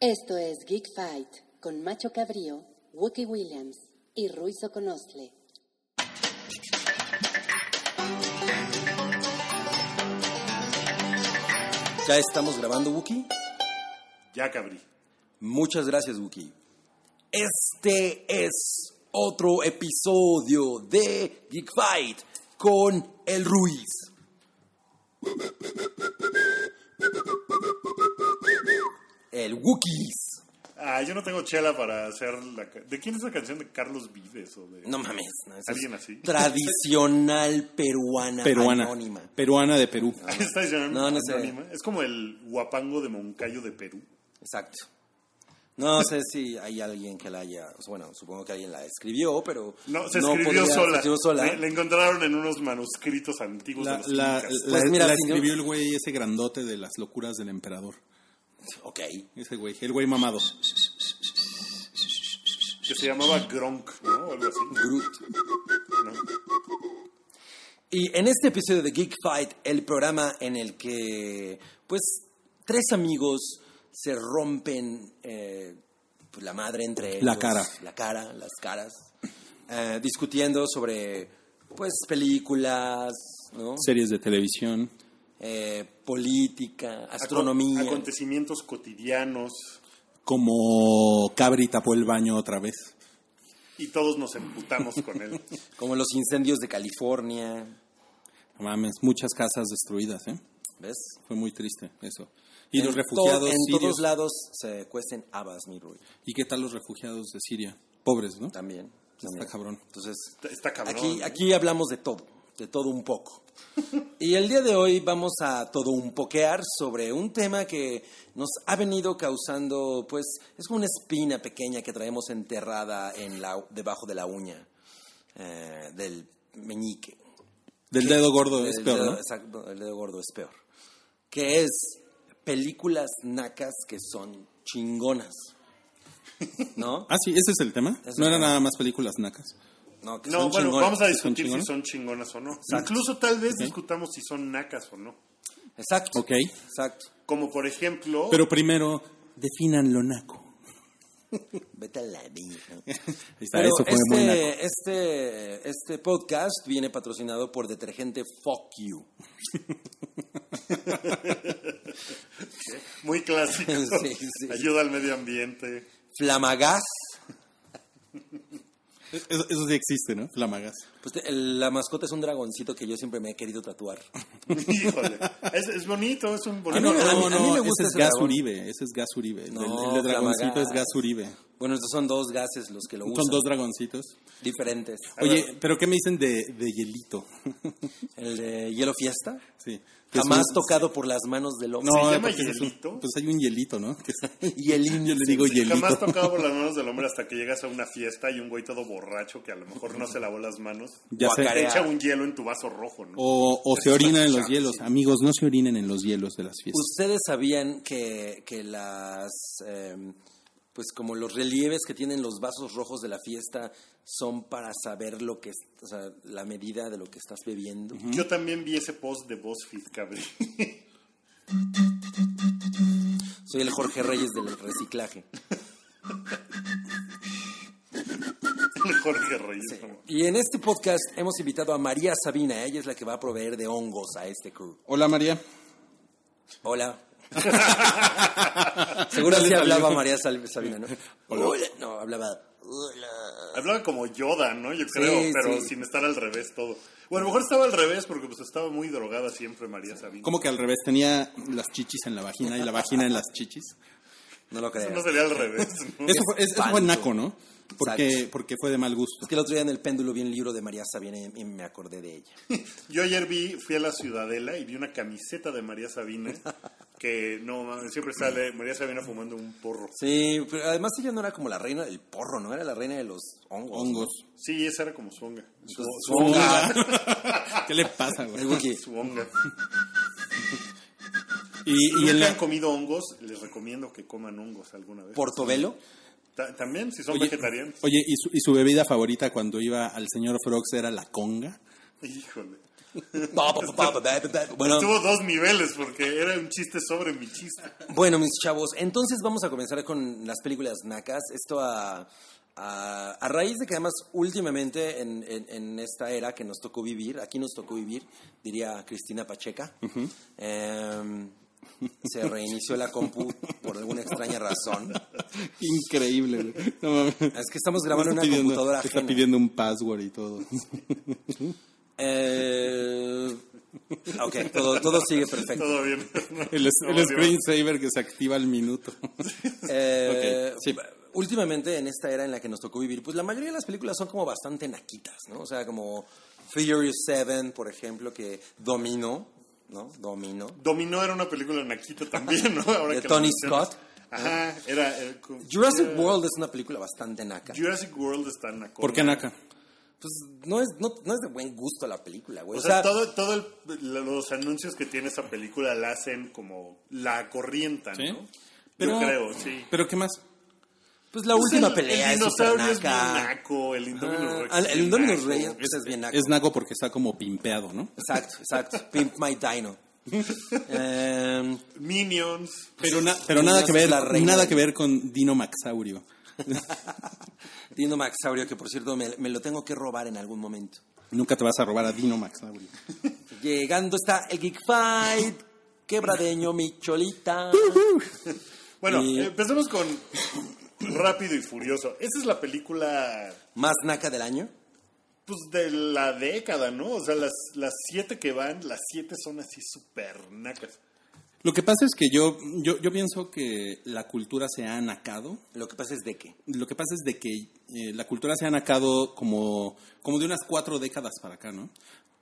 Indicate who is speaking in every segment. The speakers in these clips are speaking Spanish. Speaker 1: Esto es Geek Fight con Macho Cabrío, Wookie Williams y Ruiz Oconostle.
Speaker 2: ¿Ya estamos grabando, Wookie?
Speaker 3: Ya, cabrí.
Speaker 2: Muchas gracias, Wookie. Este es otro episodio de Geek Fight con el Ruiz. El Wookiees.
Speaker 3: Ah, yo no tengo chela para hacer la... ca- ¿De quién es la canción de Carlos Vives o de...?
Speaker 2: No mames. no, eso es
Speaker 3: ¿Alguien así?
Speaker 2: Tradicional peruana,
Speaker 4: peruana.
Speaker 2: anónima. Ah,
Speaker 4: Peruana de Perú.
Speaker 3: Está diciendo
Speaker 2: No, no sé.
Speaker 3: anónima. Es como el guapango de Moncayo de Perú.
Speaker 2: Exacto. No sé si hay alguien que la haya... o sea, Bueno, supongo que alguien la escribió, pero...
Speaker 3: No, se escribió
Speaker 2: podría- se
Speaker 3: sola.
Speaker 2: escribió sola.
Speaker 3: Le, le encontraron en unos manuscritos antiguos
Speaker 4: La,
Speaker 3: de los
Speaker 4: la,
Speaker 3: incas.
Speaker 4: la-
Speaker 2: Pues mira,
Speaker 4: la
Speaker 2: si yo-
Speaker 4: escribió el güey ese grandote de las locuras del emperador.
Speaker 2: Ok.
Speaker 4: Ese güey, el güey mamado.
Speaker 3: Que se llamaba Gronk, ¿no? O algo así.
Speaker 2: Groot.
Speaker 3: ¿no?
Speaker 2: Y en este episodio de Geek Fight, el programa en el que, pues, tres amigos se rompen eh, pues, la madre entre ellos.
Speaker 4: La cara.
Speaker 2: La cara, las caras. eh, discutiendo sobre, pues, películas, ¿no?
Speaker 4: Series de televisión.
Speaker 2: Eh, política, astronomía.
Speaker 3: Acon- acontecimientos cotidianos.
Speaker 4: Como Cabri tapó el baño otra vez.
Speaker 3: Y todos nos emputamos con él.
Speaker 2: como los incendios de California.
Speaker 4: No Mames, muchas casas destruidas, ¿eh?
Speaker 2: ¿Ves?
Speaker 4: Fue muy triste eso. Y
Speaker 2: En
Speaker 4: los
Speaker 2: to-
Speaker 4: refugiados
Speaker 2: En
Speaker 4: sirios.
Speaker 2: todos lados se cuecen habas, mi Rui.
Speaker 4: ¿Y qué tal los refugiados de Siria? Pobres, ¿no?
Speaker 2: También. también.
Speaker 4: cabrón.
Speaker 2: Entonces,
Speaker 3: Está- está cabrón,
Speaker 2: Aquí,
Speaker 3: ¿eh?
Speaker 2: aquí hablamos de todo, de todo un poco. y el día de hoy vamos a todo un poquear sobre un tema que nos ha venido causando, pues, es como una espina pequeña que traemos enterrada en la, debajo de la uña eh, del meñique.
Speaker 4: Del dedo gordo
Speaker 2: El
Speaker 4: es peor,
Speaker 2: dedo-
Speaker 4: ¿no?
Speaker 2: Exacto, el dedo gordo es peor. Que es películas nacas que son chingonas. ¿No?
Speaker 4: Ah, sí, ese es el tema.
Speaker 2: Es
Speaker 4: No
Speaker 2: el
Speaker 4: eran
Speaker 2: tema.
Speaker 4: nada más películas nacas.
Speaker 2: No, que
Speaker 3: No,
Speaker 2: son
Speaker 3: bueno,
Speaker 2: chingonas.
Speaker 3: vamos a
Speaker 4: ¿Sí son
Speaker 3: discutir si
Speaker 4: chingonas?
Speaker 3: son chingonas o no. Incluso tal vez discutamos si son nacas o no.
Speaker 2: Exacto.
Speaker 4: Ok.
Speaker 2: Exacto.
Speaker 3: Como por ejemplo...
Speaker 4: Pero primero, definan lo naco.
Speaker 2: Vete a la vida.
Speaker 4: Ahí está, eso fue
Speaker 2: este,
Speaker 4: muy naco.
Speaker 2: Este, este podcast viene patrocinado por detergente Fuck You.
Speaker 3: Muy clásico.
Speaker 2: Sí, sí.
Speaker 3: Ayuda al medio ambiente.
Speaker 2: Flamagas.
Speaker 4: Eso, eso sí existe, ¿no? Flamagas.
Speaker 2: Pues te- el- la mascota es un dragoncito que yo siempre me he querido tatuar.
Speaker 3: Híjole. Es, es bonito, es un
Speaker 2: A
Speaker 4: Ah,
Speaker 3: bonito.
Speaker 2: mí me- a mí- a mí me gusta
Speaker 4: ese es
Speaker 2: ese
Speaker 4: gas
Speaker 2: dragón.
Speaker 4: Uribe, ese es gas Uribe. El,
Speaker 2: No,
Speaker 4: del- el de dragoncito
Speaker 2: Flamagas.
Speaker 4: es gas Uribe.
Speaker 2: Bueno, estos son dos gases los que lo usan.
Speaker 4: Son dos dragoncitos.
Speaker 2: diferentes.
Speaker 4: Oye, pero ¿qué me dicen de, de hielito?
Speaker 2: El de hielo fiesta.
Speaker 4: sí. que es
Speaker 2: Jamás
Speaker 4: un-
Speaker 2: tocado por las manos del hombre.
Speaker 4: No,
Speaker 3: ¿Se llama
Speaker 4: porque ese es un-
Speaker 3: hielito?
Speaker 4: pues hay un hielito, ¿no? Que es-
Speaker 2: Y el indio
Speaker 4: Yo le digo hielito.
Speaker 3: Jamás tocado por las manos del hombre hasta que llegas a una fiesta y un güey todo borracho que a lo mejor no se lavó las manos.
Speaker 4: Ya sé.
Speaker 3: Te echa un hielo en tu vaso rojo, ¿no?
Speaker 4: O, o se orina en los
Speaker 3: Sí.
Speaker 4: hielos. Amigos, no se orinen en los hielos de las fiestas.
Speaker 2: ¿Ustedes sabían que, que las, em, pues como los relieves que tienen los vasos rojos de la fiesta son para saber lo que, es- o sea, la medida de lo que estás bebiendo?
Speaker 3: Yo también vi ese post de BuzzFeed, cabrón.
Speaker 2: Soy el Jorge Reyes del reciclaje.
Speaker 3: Jorge Reyes. como,
Speaker 2: Y en este podcast hemos invitado a María Sabina, ella es la que va a proveer de hongos a este crew.
Speaker 4: Hola, María.
Speaker 2: Hola. Seguro
Speaker 4: No le
Speaker 2: así
Speaker 4: salió.
Speaker 2: hablaba María Sal- Sabina, ¿no? Hola. No, hablaba. Hola.
Speaker 3: Hablaba como Yoda, ¿no? Yo creo, pero
Speaker 2: sí.
Speaker 3: sin estar al revés todo. O a lo mejor estaba al revés porque pues estaba muy drogada siempre María Sabina.
Speaker 4: ¿Cómo que al revés? Tenía las chichis en la vagina y la vagina en las chichis.
Speaker 2: No lo creo.
Speaker 3: Eso no sería al revés, ¿no?
Speaker 4: Eso fue, es- eso fue
Speaker 2: Espanto.
Speaker 4: naco, ¿no? Porque,
Speaker 2: Exacto.
Speaker 4: porque fue de mal gusto.
Speaker 2: Es que el otro día en el péndulo vi un libro de María Sabina y, y me acordé de ella.
Speaker 3: Yo ayer vi, fui a la Ciudadela y vi una camiseta de María Sabina que no mames, siempre sale María Sabina fumando un porro.
Speaker 2: Sí, pero además ella no era como la reina del porro, no era la reina de los hongos.
Speaker 4: Hongos.
Speaker 3: Sí, esa era como su onga. Su,
Speaker 2: Entonces,
Speaker 3: su onga.
Speaker 4: ¿Qué le pasa,
Speaker 2: El
Speaker 4: güey?
Speaker 2: Wookiee.
Speaker 3: Su onga.
Speaker 4: Y,
Speaker 3: Si
Speaker 4: y en
Speaker 3: nunca
Speaker 4: la-
Speaker 3: han comido hongos, les recomiendo que coman hongos alguna vez.
Speaker 2: Portobelo.
Speaker 3: Ta- También, si son
Speaker 4: Oye,
Speaker 3: vegetarianos.
Speaker 4: Oye, ¿y su, y su bebida favorita cuando iba al señor Frogs era la conga?
Speaker 3: Híjole.
Speaker 2: Bueno,
Speaker 3: Tuvo dos niveles porque era un chiste sobre mi chiste.
Speaker 2: Bueno, mis chavos, entonces vamos a comenzar con las películas nacas. Esto a, a, a raíz de que además últimamente en, en- en esta era que nos tocó vivir, aquí nos tocó vivir, diría Cristina Pacheca, em, se reinició la compu por alguna extraña razón.
Speaker 4: Increíble, güey. No mames.
Speaker 2: Es que estamos grabando en
Speaker 4: Está
Speaker 2: una
Speaker 4: pidiendo-
Speaker 2: computadora
Speaker 4: Está
Speaker 2: ajena.
Speaker 4: pidiendo un password y todo.
Speaker 2: Eh, ok, todo, todo sigue perfecto.
Speaker 3: Todo bien.
Speaker 4: El, es-
Speaker 3: No,
Speaker 4: el
Speaker 3: Dios.
Speaker 4: screensaver que se activa al minuto.
Speaker 2: Eh,
Speaker 4: Ok, sí.
Speaker 2: Últimamente, en esta era en la que nos tocó vivir, pues la mayoría de las películas son como bastante naquitas, ¿no? O sea, como Furious Seven, por ejemplo, que dominó, ¿no? Dominó.
Speaker 3: Dominó era una película naquita también, ¿no? Ahora
Speaker 2: De
Speaker 3: que
Speaker 2: Tony
Speaker 3: lo mencionas.
Speaker 2: Scott.
Speaker 3: Ajá, era... eh, con-
Speaker 2: Jurassic
Speaker 3: era-
Speaker 2: World es una película bastante naca.
Speaker 3: Jurassic World está naco.
Speaker 4: ¿Por qué Naka?
Speaker 2: Pues no es, no, no es de buen gusto la película, güey.
Speaker 3: O sea, todo, todo el- la- los anuncios que tiene esa película la hacen como la corrientan,
Speaker 4: ¿Sí?
Speaker 3: ¿no? Yo creo, sí.
Speaker 4: ¿Pero qué más?
Speaker 2: pues la
Speaker 3: Pues
Speaker 2: última
Speaker 3: el-
Speaker 2: pelea
Speaker 3: el
Speaker 2: es súper
Speaker 3: dinosaurio es bien
Speaker 2: naca.
Speaker 3: naco, el Indominus
Speaker 2: Ah,
Speaker 3: Rex.
Speaker 2: ah,
Speaker 3: es
Speaker 2: el
Speaker 3: bien
Speaker 2: Indominus
Speaker 3: naco.
Speaker 2: Reyes pues, es bien naco.
Speaker 4: Es Nago porque está como pimpeado, ¿no?
Speaker 2: Exacto, exacto. Pimp My Dino. Em,
Speaker 3: Minions.
Speaker 4: Pero, na- pero nada que
Speaker 2: Dinos es
Speaker 4: ver,
Speaker 2: la reina
Speaker 4: nada
Speaker 2: del-
Speaker 4: que ver con Dino Maxaurio.
Speaker 2: Dino Maxaurio, que por cierto me- me lo tengo que robar en algún momento.
Speaker 4: Nunca te vas a robar a Dino Maxaurio.
Speaker 2: Llegando está el Geek Fight, quebradeño, mi cholita.
Speaker 3: Bueno,
Speaker 2: Y-
Speaker 3: empecemos con Rápido y Furioso. Esa es la película,
Speaker 2: Más naca del año.
Speaker 3: pues, de la década, ¿no? O sea, las, las siete que van, las siete son así súper nacas.
Speaker 4: Lo que pasa es que yo, yo, yo pienso que la cultura se ha anacado.
Speaker 2: Lo que pasa es de qué.
Speaker 4: Lo que pasa es de que eh, la cultura se ha anacado como, como de unas cuatro décadas para acá, ¿no?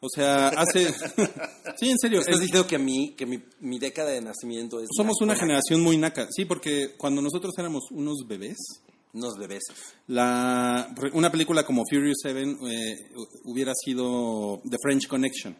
Speaker 4: O sea, hace... sí, en serio.
Speaker 2: Estás
Speaker 4: es-
Speaker 2: diciendo que mi, que mi, mi década de nacimiento es.
Speaker 4: somos una
Speaker 2: naca.
Speaker 4: generación muy naca. Sí, porque cuando nosotros éramos unos bebés,
Speaker 2: Unos bebés.
Speaker 4: La, una película como Furious Seven eh, hubiera sido The French Connection,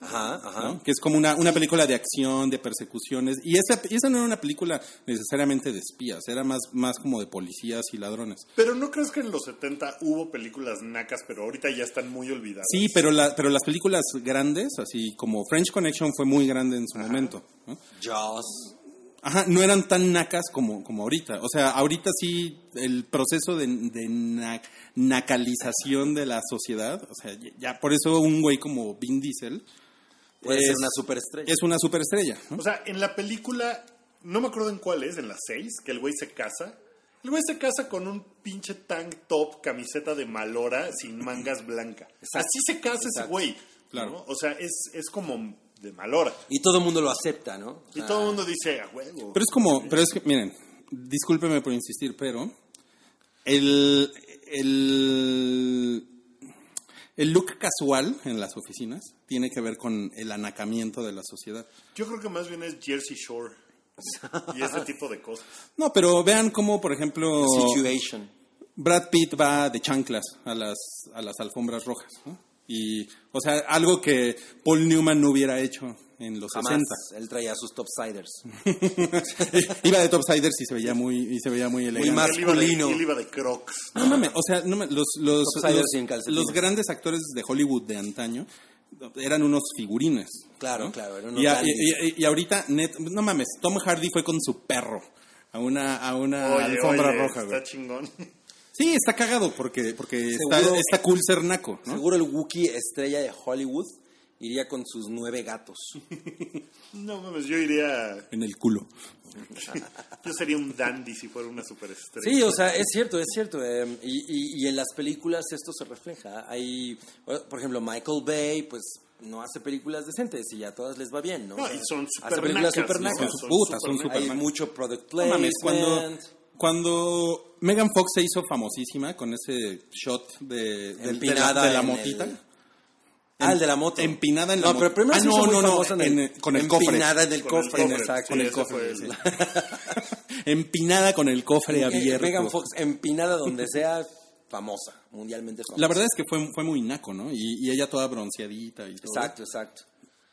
Speaker 2: Ajá, ajá.
Speaker 4: ¿no? que es como una, una película de acción, de persecuciones. Y esa, y esa no era una película necesariamente de espías, era más, más como de policías y ladrones.
Speaker 3: Pero ¿no crees que en los 70 hubo películas nacas, pero ahorita ya están muy olvidadas?
Speaker 4: Sí, pero, la, pero las películas grandes, así como French Connection fue muy grande en su momento. ¿no?
Speaker 2: Jaws.
Speaker 4: Ajá, no eran tan nacas como, como ahorita. O sea, ahorita sí el proceso de, de na- nacalización de la sociedad, o sea, ya, ya por eso un güey como Vin Diesel
Speaker 2: Puede
Speaker 4: es,
Speaker 2: ser una superestrella.
Speaker 4: es una superestrella. ¿no?
Speaker 3: O sea, en la película, no me acuerdo en cuál es, en la 6, que el güey se casa. El güey se casa con un pinche tank top, camiseta de malora, sin mangas blanca. Así se casa ese
Speaker 2: exacto.
Speaker 3: güey.
Speaker 4: Claro.
Speaker 3: ¿no? O sea, es, es como de malora.
Speaker 2: Y todo el mundo lo acepta, ¿no? O
Speaker 3: Y
Speaker 2: sea,
Speaker 3: todo el mundo dice, a huevo.
Speaker 4: Ah. Pero es como, pero es que, miren, discúlpeme por insistir, pero el, el, el look casual en las oficinas tiene que ver con el anacamiento de la sociedad.
Speaker 3: Yo creo que más bien es Jersey Shore. y ese tipo de cosas.
Speaker 4: No, pero vean cómo, por ejemplo...
Speaker 2: Situation.
Speaker 4: Brad Pitt va de chanclas a las, a las alfombras rojas. ¿no? Y, o sea, algo que Paul Newman no hubiera hecho en los
Speaker 2: Jamás. Él traía sus topsiders.
Speaker 4: 60. Iba de topsiders y se veía muy, y se veía muy elegante.
Speaker 2: más-
Speaker 3: Él iba de-
Speaker 2: Masculino.
Speaker 3: Él iba de crocs.
Speaker 4: No mames, o sea, no mames, los, los,
Speaker 2: Topsiders sin
Speaker 4: los,
Speaker 2: calcetines.
Speaker 4: los grandes actores de Hollywood de antaño eran unos figurines.
Speaker 2: Claro, claro. Era unos
Speaker 4: Y, a-
Speaker 2: dandies.
Speaker 4: y- y- y ahorita, net- no mames, Tom Hardy fue con su perro a una, a una
Speaker 3: Oye,
Speaker 4: Ah, alfombra
Speaker 3: oye,
Speaker 4: roja.
Speaker 3: está
Speaker 4: güey.
Speaker 3: chingón.
Speaker 4: Sí, está cagado porque, porque está,
Speaker 2: Seguro-
Speaker 4: está cool ser naco. ¿no?
Speaker 2: Seguro el Wookiee estrella de Hollywood iría con sus nueve gatos.
Speaker 3: No mames, yo iría...
Speaker 4: En el culo.
Speaker 3: Yo sería un dandy si fuera una superestrella.
Speaker 2: Sí, o sea, es cierto, es cierto. eh, y, y- y en las películas esto se refleja. Hay, eh, por ejemplo, Michael Bay, pues no hace películas decentes y a todas les va bien, ¿no? O
Speaker 3: No,
Speaker 2: sea,
Speaker 3: y son
Speaker 2: hace
Speaker 3: super
Speaker 2: películas
Speaker 3: nacas.
Speaker 2: super
Speaker 3: ¿no?
Speaker 2: nacas.
Speaker 4: Son putas, son
Speaker 3: supernacas.
Speaker 4: super-
Speaker 2: Hay
Speaker 4: nacas.
Speaker 2: mucho product
Speaker 4: No
Speaker 2: placement.
Speaker 4: mames, cuando, cuando Megan Fox se hizo famosísima con ese shot de, de, de la,
Speaker 2: Empinada
Speaker 4: de la
Speaker 2: en
Speaker 4: motita.
Speaker 2: el- Ah, el de la moto.
Speaker 4: Empinada en la
Speaker 2: No,
Speaker 4: moto.
Speaker 2: pero primero
Speaker 4: Ah,
Speaker 2: se
Speaker 4: no,
Speaker 2: hizo muy
Speaker 4: no, no,
Speaker 2: famosa en el-
Speaker 4: en- con el cofre.
Speaker 2: Empinada en el
Speaker 3: Con el
Speaker 2: cofre,
Speaker 3: cofre,
Speaker 2: exacto.
Speaker 3: sí,
Speaker 2: en el
Speaker 3: ese
Speaker 2: cofre.
Speaker 3: fue el-
Speaker 2: sí.
Speaker 4: Empinada con el cofre abierto.
Speaker 2: Megan Fox, empinada donde sea, famosa, mundialmente famosa.
Speaker 4: La verdad es que fue, fue muy naco, ¿no? Y, y ella toda bronceadita y todo.
Speaker 2: Exacto, exacto.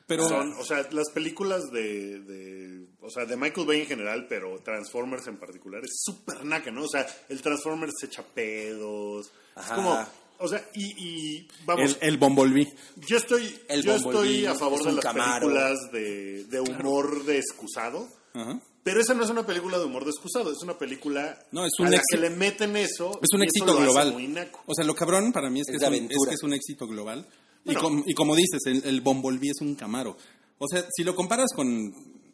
Speaker 4: Pero
Speaker 3: Son, o sea, las películas de, de- O sea, de Michael Bay en general, pero Transformers en particular, es súper naca, ¿no? O sea, el Transformers se echa pedos.
Speaker 2: Ajá.
Speaker 3: Es como. O sea, y, y vamos,
Speaker 4: el, el Bumblebee.
Speaker 3: yo estoy,
Speaker 2: el
Speaker 3: yo estoy
Speaker 2: Bumblebee,
Speaker 3: a favor
Speaker 2: es
Speaker 3: de
Speaker 2: un
Speaker 3: las
Speaker 2: Camaro.
Speaker 3: películas de, de humor de excusado.
Speaker 4: Ajá.
Speaker 3: Pero esa no es una película de humor de excusado, es una película
Speaker 4: No, es un
Speaker 3: a la
Speaker 4: éxito-
Speaker 3: que le meten eso.
Speaker 4: Es
Speaker 3: y eso lo
Speaker 4: un éxito
Speaker 3: hace
Speaker 4: global.
Speaker 3: muy naco.
Speaker 4: O sea, lo cabrón para mí es que
Speaker 2: Es
Speaker 4: es,
Speaker 2: de
Speaker 4: un,
Speaker 2: aventura.
Speaker 4: es que es un éxito global.
Speaker 3: Bueno.
Speaker 4: Y, com- y como dices, el, el Bumblebee es un Camaro. O sea, si lo comparas con,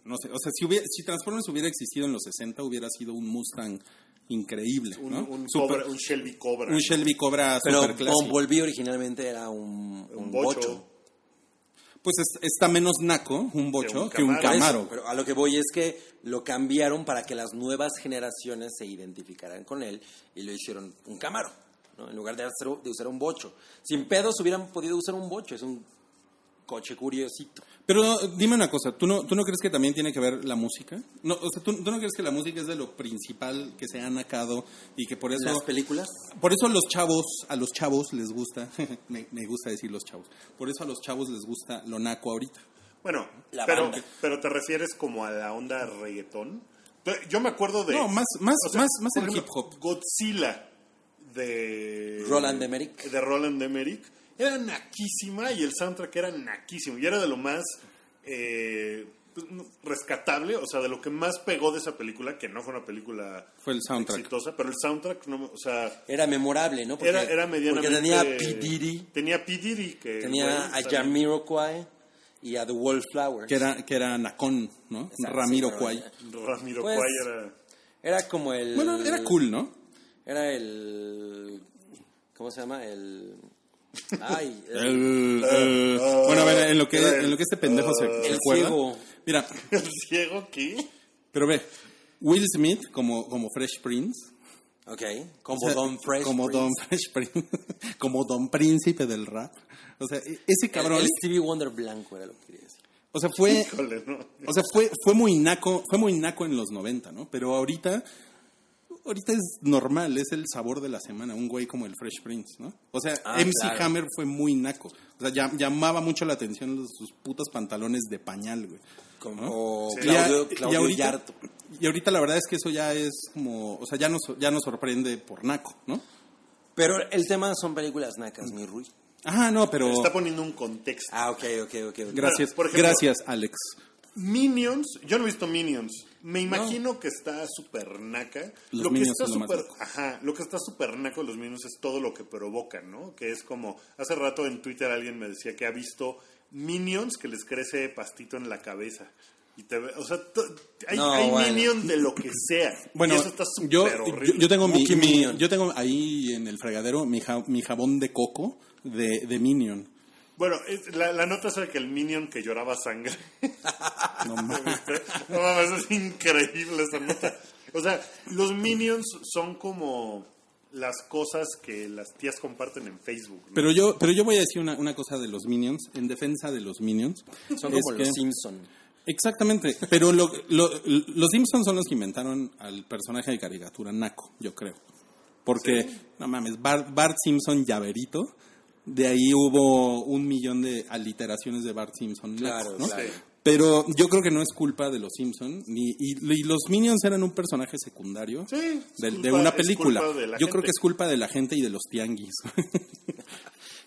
Speaker 4: no sé, o sea, si, hubiera, si Transformers hubiera existido en los 60, hubiera sido un Mustang increíble,
Speaker 3: Un,
Speaker 4: ¿no?
Speaker 3: un
Speaker 4: Super-
Speaker 3: Cobra- un Shelby Cobra.
Speaker 4: un Shelby Cobra
Speaker 2: Pero
Speaker 4: super clásico.
Speaker 2: Bumblebee originalmente era un, un,
Speaker 3: un
Speaker 2: bocho.
Speaker 3: bocho.
Speaker 4: Pues es- está menos naco un bocho
Speaker 3: Que
Speaker 4: que
Speaker 3: un
Speaker 4: un
Speaker 3: Camaro.
Speaker 2: Por eso,
Speaker 4: Camaro.
Speaker 2: Pero a lo que voy es que lo cambiaron para que las nuevas generaciones se identificaran con él y lo hicieron un Camaro, ¿no? En lugar de, hacer- de usar un bocho. Sin pedos hubieran podido usar un bocho, es un coche curiosito.
Speaker 4: Pero dime una cosa, ¿tú no, ¿tú no crees que también tiene que ver la música? No, o sea, ¿tú, tú no crees que la música es de lo principal que se ha nacado y que por eso...
Speaker 2: Las películas
Speaker 4: Por eso a los chavos, a los chavos les gusta, me, me gusta decir los chavos, por eso a los chavos les gusta lo naco ahorita.
Speaker 3: Bueno,
Speaker 2: La
Speaker 3: pero,
Speaker 2: banda.
Speaker 3: pero te refieres como a la onda reggaetón. Pero Yo me acuerdo de.
Speaker 4: No, más- más- más- más
Speaker 3: por
Speaker 4: el
Speaker 3: ejemplo,
Speaker 4: hip hop.
Speaker 3: Godzilla de.
Speaker 2: Roland Emmerich.
Speaker 3: De Roland Emmerich. Era naquísima y el soundtrack era naquísimo. Y era de lo más eh, pues, no, rescatable, o sea, de lo que más pegó de esa película, que no fue una película
Speaker 4: Fue el soundtrack.
Speaker 3: exitosa, pero el soundtrack, no, me- o sea.
Speaker 2: era memorable, ¿no?
Speaker 3: Era, era medianamente.
Speaker 2: Porque tenía a P. Diddy,
Speaker 4: eh,
Speaker 3: Tenía P. Diddy, que.
Speaker 2: tenía
Speaker 3: güey,
Speaker 2: a
Speaker 3: está bien.
Speaker 2: Jamiroquai y a The Wallflowers.
Speaker 4: Que era, que era Nacón, ¿no?
Speaker 2: Exacto, sí,
Speaker 4: Ramiro
Speaker 2: pero-
Speaker 4: Cuay.
Speaker 3: Ramiro
Speaker 2: Pues,
Speaker 3: Cuay era.
Speaker 2: Era como el...
Speaker 4: Bueno, era cool, ¿no?
Speaker 2: Era el... ¿Cómo se llama? El... Ay, el-
Speaker 4: El- el- bueno, a ver, en lo que, en lo que este pendejo se, se
Speaker 2: El
Speaker 4: acuerda.
Speaker 2: ciego.
Speaker 4: Mira,
Speaker 3: ¿El ciego qué?
Speaker 4: pero ve, Will Smith como, como Fresh Prince.
Speaker 2: Ok, como
Speaker 4: o sea,
Speaker 2: Don Fresh.
Speaker 4: Como
Speaker 2: Prince.
Speaker 4: Don Fresh Prince. como Don Príncipe del rap. O sea, e- ese cabrón.
Speaker 2: El, el Stevie Wonder blanco era lo que quería decir.
Speaker 4: o sea, fue,
Speaker 3: Híjole, no.
Speaker 4: O sea, fue, fue muy naco, fue muy naco en los 90, ¿no? Pero ahorita, ahorita es normal, es el sabor de la semana, un güey como el Fresh Prince, ¿no? O sea,
Speaker 2: Ah,
Speaker 4: MC
Speaker 2: claro.
Speaker 4: Hammer fue muy naco. O sea, llam- llamaba mucho la atención los- sus putos pantalones de pañal, güey.
Speaker 2: Como
Speaker 4: ¿no?
Speaker 2: o
Speaker 3: Sí.
Speaker 2: Claudio,
Speaker 4: Ya-
Speaker 2: Claudio Yarto.
Speaker 4: y ahorita la verdad es que eso ya es como, o sea, ya nos, ya nos sorprende por naco, ¿no?
Speaker 2: Pero el tema son películas nacas, mi Rui.
Speaker 4: Ah, no, pero
Speaker 3: Está poniendo un contexto.
Speaker 2: Ah, ok, ok, ok. ok.
Speaker 4: gracias,
Speaker 3: por ejemplo-
Speaker 4: gracias, Alex.
Speaker 3: Minions, yo no he visto Minions. Me imagino que está súper naca.
Speaker 4: Los
Speaker 3: lo que
Speaker 4: Minions
Speaker 3: está
Speaker 4: son lo más
Speaker 3: súper,
Speaker 4: naco.
Speaker 3: ajá, lo que está súper naco de los Minions es todo lo que provocan, ¿no? Que es como hace rato en Twitter alguien me decía que ha visto Minions que les crece pastito en la cabeza. Y te ve- o sea, to- hay,
Speaker 2: No,
Speaker 3: hay
Speaker 2: bueno.
Speaker 3: Minions de lo que sea.
Speaker 4: Bueno,
Speaker 3: y eso está súper
Speaker 4: yo,
Speaker 3: horrible.
Speaker 4: yo, yo tengo mi,
Speaker 2: Cookie
Speaker 4: mi-
Speaker 2: Minion.
Speaker 4: yo tengo ahí en el fregadero mi, ja- mi jabón de coco de, de Minion.
Speaker 3: Bueno, es- la, la nota es que el Minion que lloraba sangre.
Speaker 4: No mames.
Speaker 3: No mames, es increíble esa nota. O sea, los minions son como las cosas que las tías comparten en Facebook. ¿no?
Speaker 4: pero yo, pero yo voy a decir una, una cosa de los Minions, en defensa de los Minions.
Speaker 2: Son
Speaker 4: es
Speaker 2: como
Speaker 4: que-
Speaker 2: los Simpson.
Speaker 4: Exactamente, pero lo- lo- los Simpsons son los que inventaron al personaje de caricatura Naco, yo creo. Porque, no mames, Bart, Bart Simpson llaverito, de ahí hubo un millón de aliteraciones de Bart Simpson. Naco,
Speaker 2: Claro,
Speaker 4: ¿no?
Speaker 2: claro.
Speaker 3: Sí.
Speaker 4: Pero yo creo que no es culpa de los Simpson ni, y, y los Minions eran un personaje secundario
Speaker 3: Sí, es
Speaker 4: del- de,
Speaker 3: culpa-
Speaker 4: una
Speaker 3: es
Speaker 4: película.
Speaker 3: culpa de la
Speaker 4: yo creo
Speaker 3: gente.
Speaker 4: que es culpa de la gente y de los tianguis.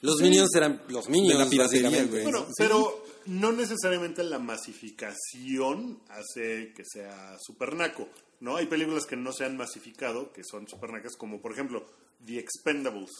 Speaker 2: Los Minions eran los Minions,
Speaker 4: De la piratería,
Speaker 2: básicamente.
Speaker 4: güey.
Speaker 3: Bueno,
Speaker 4: Sí.
Speaker 3: pero no necesariamente la masificación hace que sea supernaco, ¿no? Hay películas que no se han masificado, que son supernacas, como por ejemplo The Expendables.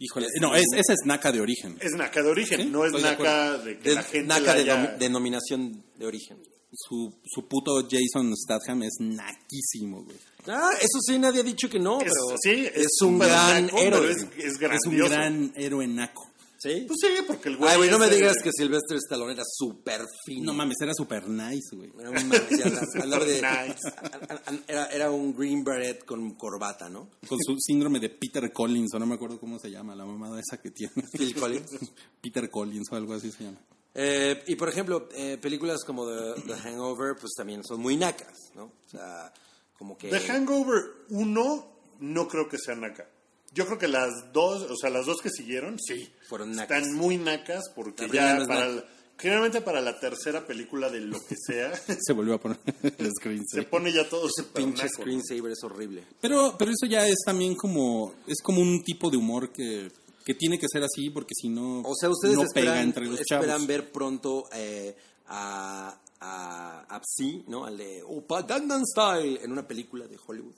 Speaker 4: Híjole, no, es, esa es naca de origen.
Speaker 3: Es naca de origen,
Speaker 4: Sí,
Speaker 3: no es
Speaker 4: estoy de
Speaker 3: naca de, que
Speaker 2: De-
Speaker 3: la gente
Speaker 2: naca
Speaker 3: la
Speaker 2: de
Speaker 3: haya-
Speaker 2: nom- denominación de origen.
Speaker 4: Su, su puto Jason Statham es naquísimo, güey.
Speaker 2: Ah, eso sí, nadie ha dicho que no,
Speaker 3: Es-
Speaker 2: pero
Speaker 3: sí, es
Speaker 2: es un
Speaker 3: súper
Speaker 2: gran
Speaker 3: naco, pero
Speaker 2: héroe.
Speaker 3: es-
Speaker 4: Es un
Speaker 3: grandioso.
Speaker 4: gran héroe naco.
Speaker 2: ¿Sí?
Speaker 3: Pues sí, porque el güey...
Speaker 2: Ay, güey, no
Speaker 3: es
Speaker 2: me
Speaker 3: de-
Speaker 2: digas que Sylvester Stallone era súper fino.
Speaker 4: No mames, era super nice, güey.
Speaker 2: Era un mames, ya, al- al lado de-
Speaker 3: Nice.
Speaker 2: al- al- era, era un Green Beret con corbata, ¿no?
Speaker 4: Con su síndrome de Peter Collins, o no me acuerdo cómo se llama, la mamada esa que tiene.
Speaker 2: Phil Collins.
Speaker 4: Peter Collins o algo así se llama.
Speaker 2: Eh, y por ejemplo, eh, películas como The, The Hangover, pues también son muy nacas, ¿no? O sea, como que.
Speaker 3: The Hangover 1 no creo que sea naca. Yo creo que las dos, o sea, las dos que siguieron, sí.
Speaker 2: Fueron nacas.
Speaker 3: Están muy nacas porque
Speaker 2: La primera
Speaker 3: ya
Speaker 2: no es
Speaker 3: para
Speaker 2: naca.
Speaker 3: la- Generalmente para la tercera película de lo que sea,
Speaker 4: Se volvió a poner el screen.
Speaker 3: se
Speaker 4: sí.
Speaker 3: pone ya todo ese
Speaker 2: Pinche
Speaker 3: pernaco, ¿no?
Speaker 2: screensaver es horrible.
Speaker 4: Pero, pero eso ya es también como, es como un tipo de humor que, que tiene que ser así porque si no,
Speaker 2: O sea, ustedes
Speaker 4: no pega
Speaker 2: esperan,
Speaker 4: entre los
Speaker 2: esperan
Speaker 4: chavos.
Speaker 2: ver pronto eh, a, a, a Psy, ¿no? Al de Opa Gangnam Style en una película de Hollywood.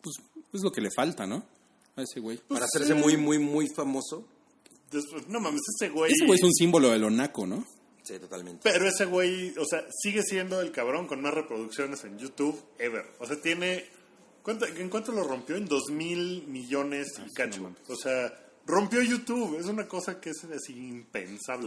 Speaker 4: Pues, es lo que le falta, ¿no? A ese güey.
Speaker 2: Para hacerse muy, muy, muy famoso.
Speaker 3: Después, no mames, ese güey.
Speaker 4: Ese güey es un símbolo de lo naco, ¿no?
Speaker 2: Sí, totalmente.
Speaker 3: Pero ese güey, o sea, sigue siendo el cabrón con más reproducciones en YouTube ever. O sea, tiene... ¿cuánto- ¿En cuánto lo rompió? En dos mil millones
Speaker 2: Ah,
Speaker 3: y cacho. o sea, rompió YouTube. Es una cosa que es así impensable.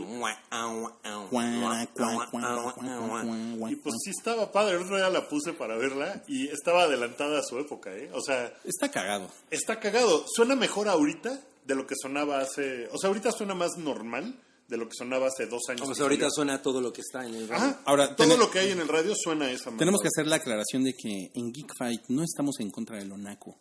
Speaker 3: Y pues sí estaba padre. El otro día la puse para verla y estaba adelantada a su época, ¿eh? O sea,
Speaker 4: Está cagado.
Speaker 3: está cagado. Suena mejor ahorita de lo que sonaba hace... O sea, ahorita suena más normal de lo que sonaba hace dos años.
Speaker 2: O
Speaker 4: Este,
Speaker 3: que
Speaker 2: sea, ahorita
Speaker 3: salió.
Speaker 2: suena todo lo que está en el
Speaker 4: Ah,
Speaker 2: radio.
Speaker 3: Ajá.
Speaker 4: Ahora,
Speaker 3: todo
Speaker 4: tene-
Speaker 3: lo que hay en el radio suena a esa madre.
Speaker 4: Tenemos que hacer la aclaración de que en Geek Fight no estamos en contra de lo naco.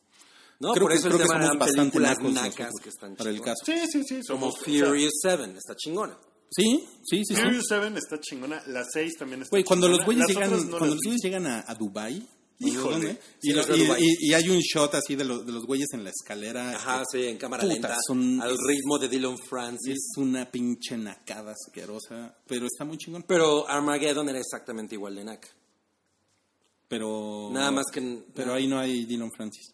Speaker 2: No,
Speaker 4: creo
Speaker 2: por
Speaker 4: que,
Speaker 2: eso el
Speaker 4: creo que
Speaker 2: tema
Speaker 4: somos
Speaker 2: eran
Speaker 4: bastante
Speaker 2: películas
Speaker 4: nacos
Speaker 2: nacas
Speaker 4: nosotros,
Speaker 2: que están
Speaker 4: para el
Speaker 2: chingonas.
Speaker 4: caso. ah,
Speaker 3: Sí, sí, sí.
Speaker 2: Como
Speaker 3: Somos
Speaker 2: Furious 7, está chingona.
Speaker 4: Sí, sí, sí.
Speaker 3: o
Speaker 4: sí.
Speaker 3: sea, Furious 7 está chingona. La 6 también está
Speaker 4: Güey, cuando los
Speaker 3: chingona. Las
Speaker 4: güeyes llegan,
Speaker 3: otras no
Speaker 4: cuando
Speaker 3: las
Speaker 4: los
Speaker 3: vi.
Speaker 4: güeyes llegan a, a Dubai, ¿no?
Speaker 3: Híjole.
Speaker 4: ¿Dónde?
Speaker 2: Sí,
Speaker 4: Y,
Speaker 2: los
Speaker 4: los-
Speaker 2: de
Speaker 4: y-
Speaker 2: Dubái.
Speaker 4: y- y hay un shot así de, los de los güeyes en la escalera.
Speaker 2: Ajá,
Speaker 4: este,
Speaker 2: sí, en cámara
Speaker 4: puta,
Speaker 2: lenta.
Speaker 4: son-
Speaker 2: al
Speaker 4: es-
Speaker 2: ritmo de Dylan Francis.
Speaker 4: Es una pinche nacada asquerosa, pero está muy chingón.
Speaker 2: Pero Armageddon era exactamente igual de naca.
Speaker 4: Pero
Speaker 2: Nada más que-
Speaker 4: pero ahí no hay Dylan Francis.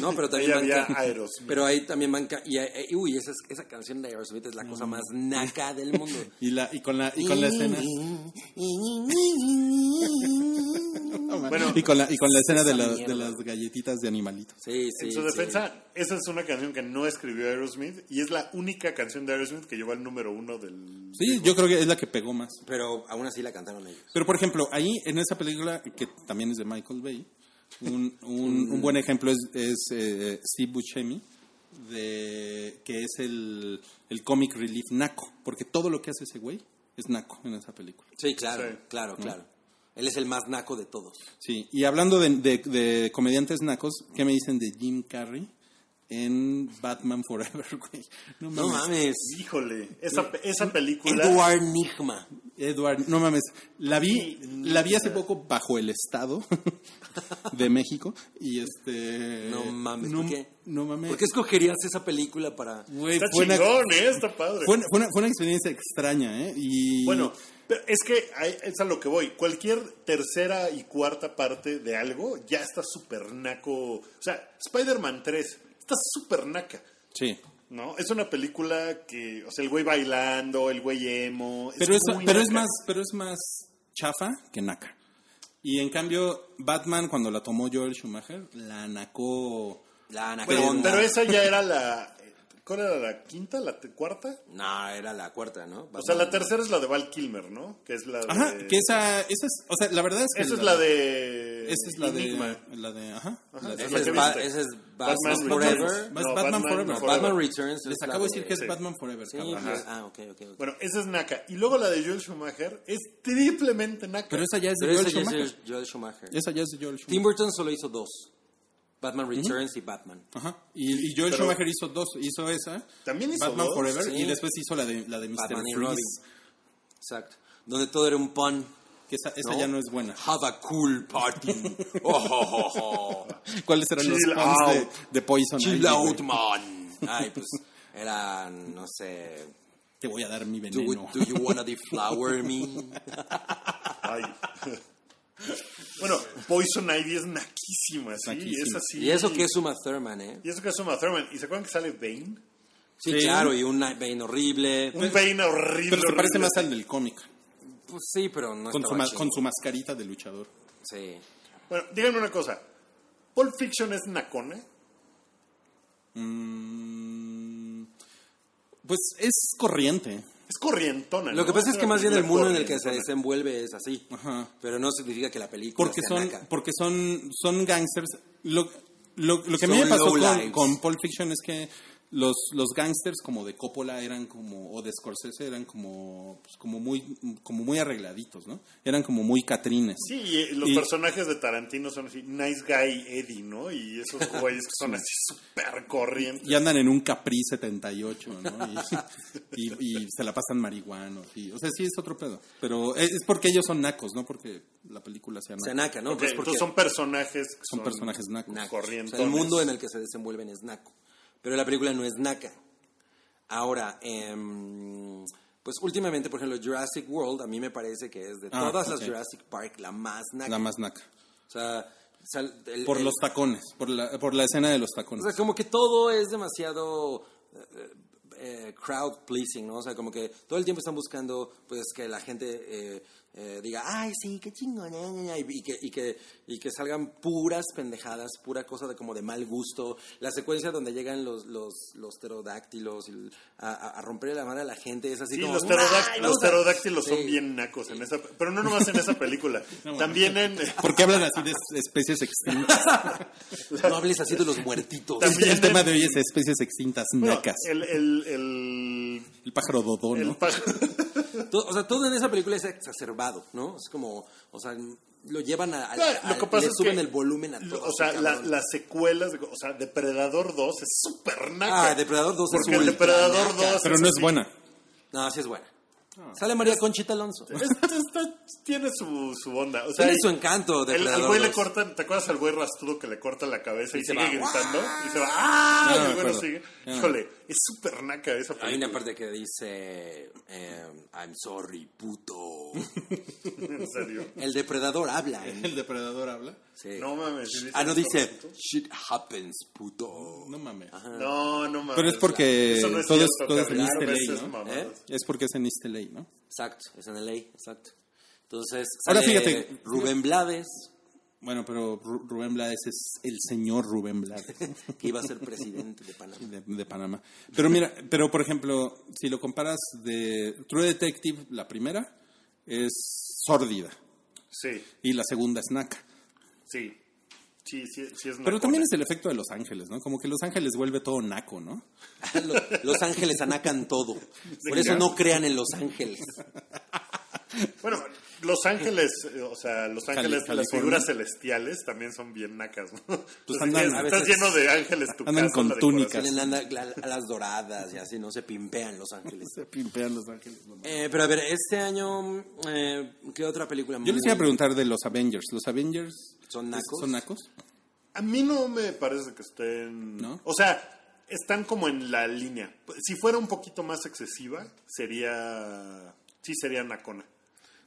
Speaker 2: No, pero también
Speaker 3: Ahí había
Speaker 2: banca-
Speaker 3: Aerosmith.
Speaker 2: Pero ahí también banca. Y, eh, y, uy, esa, es- esa canción de Aerosmith es la cosa más naca del mundo.
Speaker 4: Y la y con la Mm. y con la escena
Speaker 3: Bueno.
Speaker 4: y con la y con la escena de,
Speaker 2: Esa
Speaker 4: la-
Speaker 2: mierda.
Speaker 4: de las galletitas de animalitos.
Speaker 2: Sí, sí.
Speaker 3: En su
Speaker 2: sí.
Speaker 3: defensa, esa es una canción que no escribió Aerosmith y es la única canción de Aerosmith que llegó al número uno del...
Speaker 4: Sí, yo creo que es la que pegó más.
Speaker 2: Pero aún así la cantaron ellos.
Speaker 4: Pero por ejemplo, ahí en esa película que también es de Michael Bay, un, un- un buen ejemplo es, es, eh, Steve Buscemi de que es el, el comic relief naco, porque todo lo que hace ese güey es naco en esa película.
Speaker 2: Sí, claro,
Speaker 3: Sí.
Speaker 2: claro,
Speaker 4: Mm.
Speaker 2: claro. Él es el más naco de todos.
Speaker 4: Sí, y hablando de, de- de comediantes nacos, ¿qué me dicen de Jim Carrey en Batman Forever, güey? No
Speaker 2: No
Speaker 4: mames.
Speaker 2: mames.
Speaker 3: Híjole, esa, esa película...
Speaker 2: Edward Nigma.
Speaker 4: Edward, no mames. La vi, la vi hace poco bajo el estado de México y este...
Speaker 2: No mames. ¿Por qué?
Speaker 4: No mames.
Speaker 2: ¿Por qué escogerías esa película para.?
Speaker 4: Güey,
Speaker 3: Está
Speaker 4: fue, una,
Speaker 3: chingón, ¿eh? Está padre.
Speaker 4: fue una- fue una- fue una experiencia extraña, ¿eh? Y,
Speaker 3: Bueno, pero es que ahí- es a lo que voy. Cualquier tercera y cuarta parte de algo ya está súper naco. O sea, Spider-Man 3 está súper naca.
Speaker 4: Sí.
Speaker 3: ¿No? Es una película que, o sea, el güey bailando, el güey emo.
Speaker 4: Pero, es,
Speaker 3: muy
Speaker 4: pero, es
Speaker 3: naca.
Speaker 4: más, pero es más chafa que naca. Y en cambio, Batman, cuando la tomó Joel Schumacher, la nacó...
Speaker 2: La
Speaker 3: Pero,
Speaker 2: anaconda.
Speaker 3: pero esa ya era la. ¿Cuál era la quinta? ¿La te- cuarta?
Speaker 2: No, era la cuarta, ¿no?
Speaker 3: O sea, la tercera es la de Val Kilmer, ¿no? Que es la de.
Speaker 4: Ajá, que esa, esa es... O sea, la verdad es que...
Speaker 3: Eh, Esa es la de.
Speaker 4: Esa es la
Speaker 3: Enigma.
Speaker 4: de... La de ajá, la
Speaker 3: esa
Speaker 4: de-
Speaker 2: Ese es,
Speaker 3: que
Speaker 2: Ba-
Speaker 3: viste.
Speaker 2: ese es Batman,
Speaker 3: Batman
Speaker 2: Forever.
Speaker 3: Returns.
Speaker 4: Bas-
Speaker 3: No,
Speaker 4: Batman,
Speaker 3: Batman
Speaker 4: Forever.
Speaker 3: no,
Speaker 2: Batman Returns.
Speaker 4: Les
Speaker 2: es la
Speaker 4: acabo de decir que es
Speaker 3: sí.
Speaker 4: Batman Forever,
Speaker 2: Sí,
Speaker 4: cabrón.
Speaker 2: pues, ah, ok, ok. ok.
Speaker 3: Bueno, esa es Naka. Y luego la de Joel Schumacher es triplemente Naka.
Speaker 4: Pero esa ya es de
Speaker 2: Pero
Speaker 4: Joel
Speaker 2: ese ya
Speaker 4: Schumacher.
Speaker 2: es Joel Schumacher.
Speaker 4: Esa ya es de Joel
Speaker 2: Tim
Speaker 4: Schumacher.
Speaker 2: Burton solo hizo dos. Batman Returns y Batman.
Speaker 4: Ajá. Y, y Joel
Speaker 3: Pero-
Speaker 4: Schumacher hizo dos. Hizo esa.
Speaker 3: También hizo
Speaker 4: Batman
Speaker 3: dos,
Speaker 4: Forever.
Speaker 2: sí.
Speaker 4: Y después hizo la de, la de Mr.
Speaker 2: Batman y Robin.
Speaker 4: Freeze.
Speaker 2: Exacto. Donde todo era un pun.
Speaker 4: Que esa, esa ya no es buena.
Speaker 2: Have a cool party. Oh, oh, oh, oh.
Speaker 4: ¿Cuáles eran los
Speaker 3: Chill
Speaker 4: fans de,
Speaker 3: out.
Speaker 4: de Poison
Speaker 2: Chill
Speaker 4: Ivy,
Speaker 2: out,
Speaker 4: güey?
Speaker 2: man. Ay, pues era, no sé.
Speaker 4: Te voy a dar mi
Speaker 2: Do,
Speaker 4: veneno.
Speaker 2: do you wanna deflower me?
Speaker 3: Ay. bueno, Poison Ivy es naquísima, sí.
Speaker 4: Naquísima.
Speaker 3: Es así.
Speaker 2: Y eso que es Uma Thurman, ¿eh?
Speaker 3: Y eso que es Uma Thurman. ¿Y se acuerdan que sale Bane?
Speaker 2: Sí,
Speaker 4: Sí.
Speaker 2: claro, y un Night Bane horrible.
Speaker 3: Un Bane horrible.
Speaker 4: Pero se parece
Speaker 3: horrible.
Speaker 4: más al del cómic.
Speaker 2: Pues sí, pero no
Speaker 4: Con su,
Speaker 2: estaba
Speaker 4: ma-
Speaker 2: chido.
Speaker 4: con su mascarita de luchador.
Speaker 2: Sí.
Speaker 3: Bueno, díganme una cosa. ¿Pulp Fiction es nacona?
Speaker 4: Mm, pues es corriente.
Speaker 3: Es corrientona.
Speaker 2: Lo que
Speaker 3: ¿no?
Speaker 2: pasa es que
Speaker 3: una
Speaker 2: más bien el
Speaker 3: película
Speaker 2: mundo en el que se
Speaker 3: corrientona.
Speaker 2: desenvuelve es así.
Speaker 4: Ajá.
Speaker 2: Pero no significa que la película
Speaker 4: porque
Speaker 2: sea
Speaker 4: son
Speaker 2: naca.
Speaker 4: porque son son gangsters lo, lo, lo que a mí
Speaker 2: Son
Speaker 4: me pasó con,
Speaker 2: lowlifes.
Speaker 4: con Pulp Fiction es que los, los gangsters como de Coppola eran como, o de Scorsese eran como, pues, como, muy, como muy arregladitos, ¿no? Eran como muy catrines.
Speaker 3: Sí, y eh, los
Speaker 4: Y-
Speaker 3: personajes de Tarantino son así, Nice Guy Eddie, ¿no? Y esos güeyes que son así súper corrientes.
Speaker 4: Y andan en un Capri 78, ¿no? Y, y- y se la pasan marihuanos. Y, o sea, sí es otro pedo. Pero es, es porque ellos son nacos, ¿no? Porque la película sea naca.
Speaker 2: Senaca, ¿no?
Speaker 3: Ok,
Speaker 2: Pues porque
Speaker 3: entonces son personajes que
Speaker 4: Son personajes nacos.
Speaker 2: nacos.
Speaker 3: corrientones.
Speaker 2: O sea, el mundo en el que se desenvuelven es naco. Pero la película no es naca. Ahora, em, pues últimamente, por ejemplo, Jurassic World, a mí me parece que es de
Speaker 4: Ah,
Speaker 2: todas
Speaker 4: ok.
Speaker 2: las Jurassic Park la más naca.
Speaker 4: La más naca.
Speaker 2: O sea, sal- el-
Speaker 4: Por
Speaker 2: el-
Speaker 4: los tacones. Por la, por la escena de los
Speaker 2: O
Speaker 4: tacones.
Speaker 2: sea, como que todo es demasiado eh, eh, crowd pleasing, ¿no? O sea, como que todo el tiempo están buscando, pues, que la gente eh, eh, diga, ay, sí, qué chingón, eh, eh, eh", y, que, y, que, y que salgan puras pendejadas, pura cosa de como de mal gusto. La secuencia donde llegan los, los, los pterodáctilos y el- a, a- a romper la mano a la gente es así
Speaker 3: Sí,
Speaker 2: como...
Speaker 3: los, pterodac-
Speaker 2: "Ay,
Speaker 3: los
Speaker 2: vamos a-".
Speaker 3: pterodáctilos
Speaker 2: Sí.
Speaker 3: son bien nacos en esa, pero no nomás en esa película, también en eh,
Speaker 4: ¿Por qué hablan así de es- especies extintas?
Speaker 2: No hables así de los muertitos.
Speaker 3: También
Speaker 4: el tema
Speaker 3: en-
Speaker 4: de hoy es especies extintas
Speaker 3: bueno,
Speaker 4: nacas. El,
Speaker 3: el, el, el,
Speaker 4: pájaro dodó,
Speaker 3: el
Speaker 4: ¿no?
Speaker 3: pájaro.
Speaker 2: Todo- o sea, todo en esa película es exacerbado, ¿no? Es como, o sea, lo llevan a, a-
Speaker 3: Claro,
Speaker 2: a-
Speaker 3: lo que pasa
Speaker 2: le
Speaker 3: es
Speaker 2: suben
Speaker 3: que
Speaker 2: el volumen a
Speaker 3: lo-
Speaker 2: todo.
Speaker 3: O sea,
Speaker 2: cabrón.
Speaker 3: la- las secuelas, de- o sea, Depredador 2 es súper naca.
Speaker 2: Ah, Depredador 2 es
Speaker 3: Porque el
Speaker 2: ultra
Speaker 3: Depredador
Speaker 2: naca.
Speaker 3: 2
Speaker 4: Pero no es
Speaker 3: así,
Speaker 4: buena.
Speaker 2: No, sí es buena. Sale María Conchita Alonso.
Speaker 3: Este está- tiene su, su onda. O sea,
Speaker 2: Tiene
Speaker 3: y-
Speaker 2: su encanto,
Speaker 3: el,
Speaker 2: Depredador
Speaker 3: al güey le
Speaker 2: 2.
Speaker 3: cortan, ¿te acuerdas al güey rastrudo que le corta la cabeza y,
Speaker 2: se
Speaker 3: sigue
Speaker 2: va,
Speaker 3: gritando? Y se va, ¡ah!
Speaker 4: Ya
Speaker 3: y el
Speaker 4: no me
Speaker 3: güey no
Speaker 4: acuerdo.
Speaker 3: sigue.
Speaker 4: Ya no.
Speaker 3: Híjole, es súper naca esa película.
Speaker 2: Hay una parte que dice, em, I'm sorry, puto.
Speaker 3: En serio.
Speaker 2: El depredador habla. ¿eh?
Speaker 4: El depredador habla.
Speaker 2: Sí.
Speaker 3: No mames. ¿sí
Speaker 2: ah, no
Speaker 3: viste
Speaker 2: dice,
Speaker 3: eso?
Speaker 2: shit happens, puto.
Speaker 4: No mames.
Speaker 3: No, no mames.
Speaker 4: Pero es porque
Speaker 3: Eso no es
Speaker 4: todo es-
Speaker 3: cierto,
Speaker 4: todo es
Speaker 3: Carlos,
Speaker 4: en
Speaker 3: a
Speaker 4: este
Speaker 3: veces
Speaker 4: ley, ¿no?
Speaker 3: mamadas.
Speaker 2: ¿Eh?
Speaker 4: Es porque es en este ley, ¿no?
Speaker 2: Exacto, es en ley, exacto. Entonces,
Speaker 4: Ahora
Speaker 2: sale
Speaker 4: fíjate.
Speaker 2: Rubén Blades,
Speaker 4: Bueno, pero Ru- Rubén Blades es el señor Rubén Blades. ¿no?
Speaker 2: que iba a ser presidente de Panamá.
Speaker 4: de, de Panamá. Pero mira, pero por ejemplo, si lo comparas de True Detective, la primera es sórdida
Speaker 3: Sí,
Speaker 4: y la segunda es naca.
Speaker 3: sí. Sí, sí, sí es
Speaker 4: Pero
Speaker 3: nacona.
Speaker 4: también es el efecto de Los Ángeles, ¿no? Como que Los Ángeles vuelve todo naco, ¿no?
Speaker 2: Lo- Los ángeles anacan todo. Por
Speaker 3: Venga.
Speaker 2: eso no crean en los ángeles.
Speaker 3: Bueno, Los Ángeles, eh, o sea, Los
Speaker 4: Cali-
Speaker 3: Ángeles, las
Speaker 4: California. Pues
Speaker 3: figuras celestiales también son bien nacas, ¿no? Entonces,
Speaker 4: andan-
Speaker 3: estás
Speaker 2: a veces-
Speaker 3: lleno de ángeles tu
Speaker 4: andan
Speaker 3: casa,
Speaker 4: con
Speaker 3: la decoración.
Speaker 4: túnicas.
Speaker 2: Tienen anda- la- alas doradas y así, no se pimpean los ángeles.
Speaker 4: Se pimpean Los Ángeles. ¿no?
Speaker 2: Eh, pero a ver, este año, eh, ¿qué otra película?
Speaker 4: Yo les iba a preguntar de los Avengers. ¿Los Avengers
Speaker 2: ¿Son
Speaker 4: es-
Speaker 2: nacos?
Speaker 4: ¿Son nacos?
Speaker 3: A mí no me parece que estén...
Speaker 4: ¿No?
Speaker 3: O sea, están como en la línea. Si fuera un poquito más excesiva, sería... Sí, sería nacona.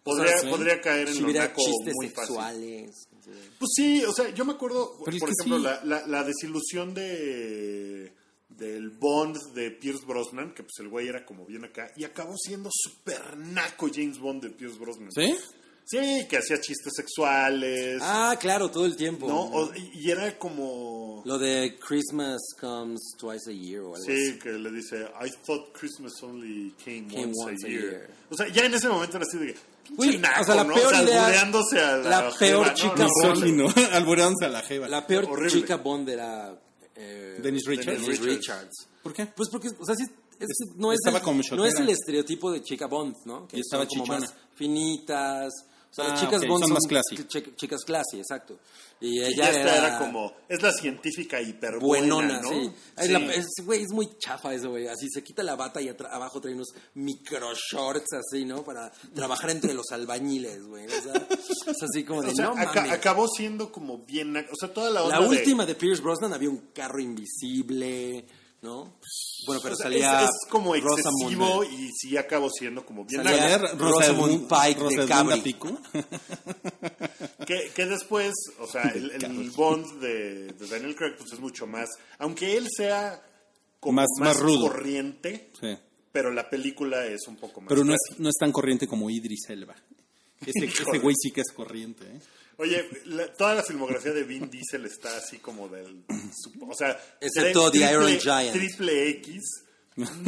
Speaker 3: Podría,
Speaker 4: sí.
Speaker 3: podría caer en
Speaker 2: ¿eh? Si
Speaker 3: lo
Speaker 2: hubiera
Speaker 3: naco
Speaker 2: chistes
Speaker 3: muy fácil.
Speaker 2: sexuales.
Speaker 3: Pues sí, o sea, yo me acuerdo,
Speaker 4: Pero es
Speaker 3: por
Speaker 4: que
Speaker 3: ejemplo,
Speaker 4: sí.
Speaker 3: la, la- la desilusión de del Bond de Pierce Brosnan, que pues el güey era como bien acá, y acabó siendo super naco James Bond de Pierce Brosnan.
Speaker 4: ¿Sí?
Speaker 3: Sí, que hacía chistes sexuales,
Speaker 2: Ah, claro, todo el tiempo.
Speaker 3: ¿no? O- y y era como...
Speaker 2: Lo de Christmas comes twice a year o algo así.
Speaker 3: Sí, que le dice, I thought Christmas only came,
Speaker 2: Came
Speaker 3: once,
Speaker 2: once
Speaker 3: a
Speaker 2: a
Speaker 3: year.
Speaker 2: year.
Speaker 3: O sea, ya en ese momento era así de que...
Speaker 2: Güey,
Speaker 3: pinche naco,
Speaker 2: o sea, la
Speaker 3: ¿no?
Speaker 2: peor idea-
Speaker 3: albureándose a la,
Speaker 2: la peor
Speaker 3: jeva,
Speaker 2: chica
Speaker 3: no, no, no.
Speaker 4: Misógino. Alboreándose a la jeva.
Speaker 2: La peor
Speaker 3: Horrible.
Speaker 2: chica Bond era... eh,
Speaker 4: Dennis Richards.
Speaker 2: Dennis
Speaker 3: Richards.
Speaker 2: Richards.
Speaker 4: ¿Por qué?
Speaker 2: Pues porque, o sea, sí, es- no, es
Speaker 4: Estaba
Speaker 2: el,
Speaker 4: como
Speaker 2: no es
Speaker 4: shotera.
Speaker 2: el estereotipo de chica Bond, ¿no? Que
Speaker 4: Y estaba
Speaker 2: son como
Speaker 4: chichona.
Speaker 2: más finitas. O sea, las
Speaker 4: Ah,
Speaker 2: chicas
Speaker 4: ok,
Speaker 2: Bond
Speaker 4: son
Speaker 2: son,
Speaker 4: más classy.
Speaker 2: chi- chi- chicas classy, exacto. Y
Speaker 3: Y
Speaker 2: ella
Speaker 3: ya esta
Speaker 2: era,
Speaker 3: era como, es la científica hiperbuena,
Speaker 2: buenona,
Speaker 3: ¿no?
Speaker 2: sí. Es,
Speaker 3: Sí.
Speaker 2: la- es- güey, es muy chafa eso, güey. Así se quita la bata y atra- abajo trae unos micro shorts así, ¿no? Para trabajar entre los albañiles, güey. O sea, es así como de,
Speaker 3: O sea,
Speaker 2: no
Speaker 3: aca-
Speaker 2: mames.
Speaker 3: acabó siendo como bien, nac- o sea, toda la onda
Speaker 2: La
Speaker 3: de-
Speaker 2: última de Pierce Brosnan había un carro invisible, ¿no? Bueno, pero
Speaker 3: o sea,
Speaker 2: salía
Speaker 3: es, es como
Speaker 2: Rosamund
Speaker 3: excesivo y sí acabó siendo como bien
Speaker 2: Salía-
Speaker 3: nac-
Speaker 4: Ayer,
Speaker 2: Rosamund
Speaker 4: Rosamund
Speaker 2: Pike de
Speaker 4: Rosamunda
Speaker 2: Cabri.
Speaker 4: Pico.
Speaker 3: que, que después, o sea, el, el Bond de, de Daniel Craig pues es mucho más, aunque él sea como más,
Speaker 4: Más- más rudo.
Speaker 3: corriente,
Speaker 4: Sí.
Speaker 3: pero la película es un poco más.
Speaker 4: Pero no
Speaker 3: clásica.
Speaker 4: es, no es tan corriente como Idris Elba. Ese, ese güey sí que es corriente, ¿eh?
Speaker 3: Oye, la- toda la filmografía de Vin Diesel está así como del. su- O sea,
Speaker 2: Excepto
Speaker 3: tri-
Speaker 2: The Iron
Speaker 3: triple-
Speaker 2: Giant.
Speaker 3: Triple X.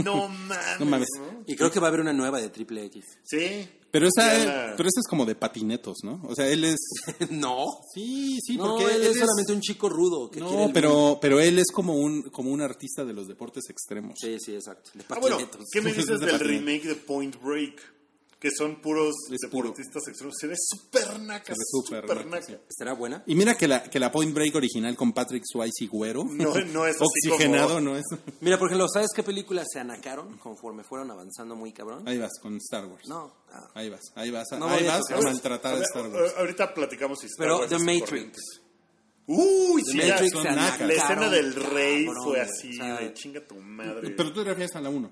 Speaker 3: No mames.
Speaker 4: mames.
Speaker 3: ¿no?
Speaker 2: Y creo que va a haber una nueva de Triple X.
Speaker 3: Sí.
Speaker 4: Pero esa,
Speaker 3: Ya la-
Speaker 4: pero esa es como de patinetos, ¿no? O sea, él es...
Speaker 2: no.
Speaker 4: Sí, sí,
Speaker 2: no,
Speaker 4: porque
Speaker 2: él es solamente un chico rudo. Que quiere
Speaker 4: No,
Speaker 2: el mundo.
Speaker 4: pero, pero él es como un, como un artista de los deportes extremos.
Speaker 2: Sí, sí, exacto. De
Speaker 3: Ah, bueno,
Speaker 2: patinetos.
Speaker 3: ¿qué me dices
Speaker 4: De
Speaker 3: del
Speaker 4: patinetos.
Speaker 3: remake de Point Break? Que son puros
Speaker 4: Es puro.
Speaker 3: deportistas extremos. Se ve súper naca,
Speaker 4: Se ve súper
Speaker 3: súper naca.
Speaker 4: naca, sí.
Speaker 2: ¿Será buena?
Speaker 4: Y mira que la, que la Point Break original con Patrick Swayze y Güero,
Speaker 3: No, no es así
Speaker 4: oxigenado,
Speaker 3: como-
Speaker 4: no es...
Speaker 2: Mira, por ejemplo, ¿sabes qué películas se anacaron conforme fueron avanzando muy cabrón?
Speaker 4: Ahí vas, con Star Wars.
Speaker 2: No. ah.
Speaker 4: Ahí vas, ahí vas, a-
Speaker 2: No
Speaker 4: ahí
Speaker 2: voy a
Speaker 4: vas a
Speaker 2: tocar.
Speaker 4: maltratar a
Speaker 3: ver, eh,
Speaker 4: Star Wars.
Speaker 3: a- Ahorita platicamos si Star
Speaker 2: Pero
Speaker 3: Wars
Speaker 2: The
Speaker 3: es
Speaker 2: Matrix.
Speaker 3: correcto. Uy, sí,
Speaker 2: The
Speaker 3: ya,
Speaker 2: Matrix
Speaker 3: son
Speaker 2: se
Speaker 4: nacas.
Speaker 2: anacaron,
Speaker 3: La escena del rey
Speaker 2: cabrón,
Speaker 3: fue
Speaker 2: güey.
Speaker 3: así,
Speaker 2: O sea,
Speaker 3: de chinga tu madre.
Speaker 4: Pero tú te refieres a la 1.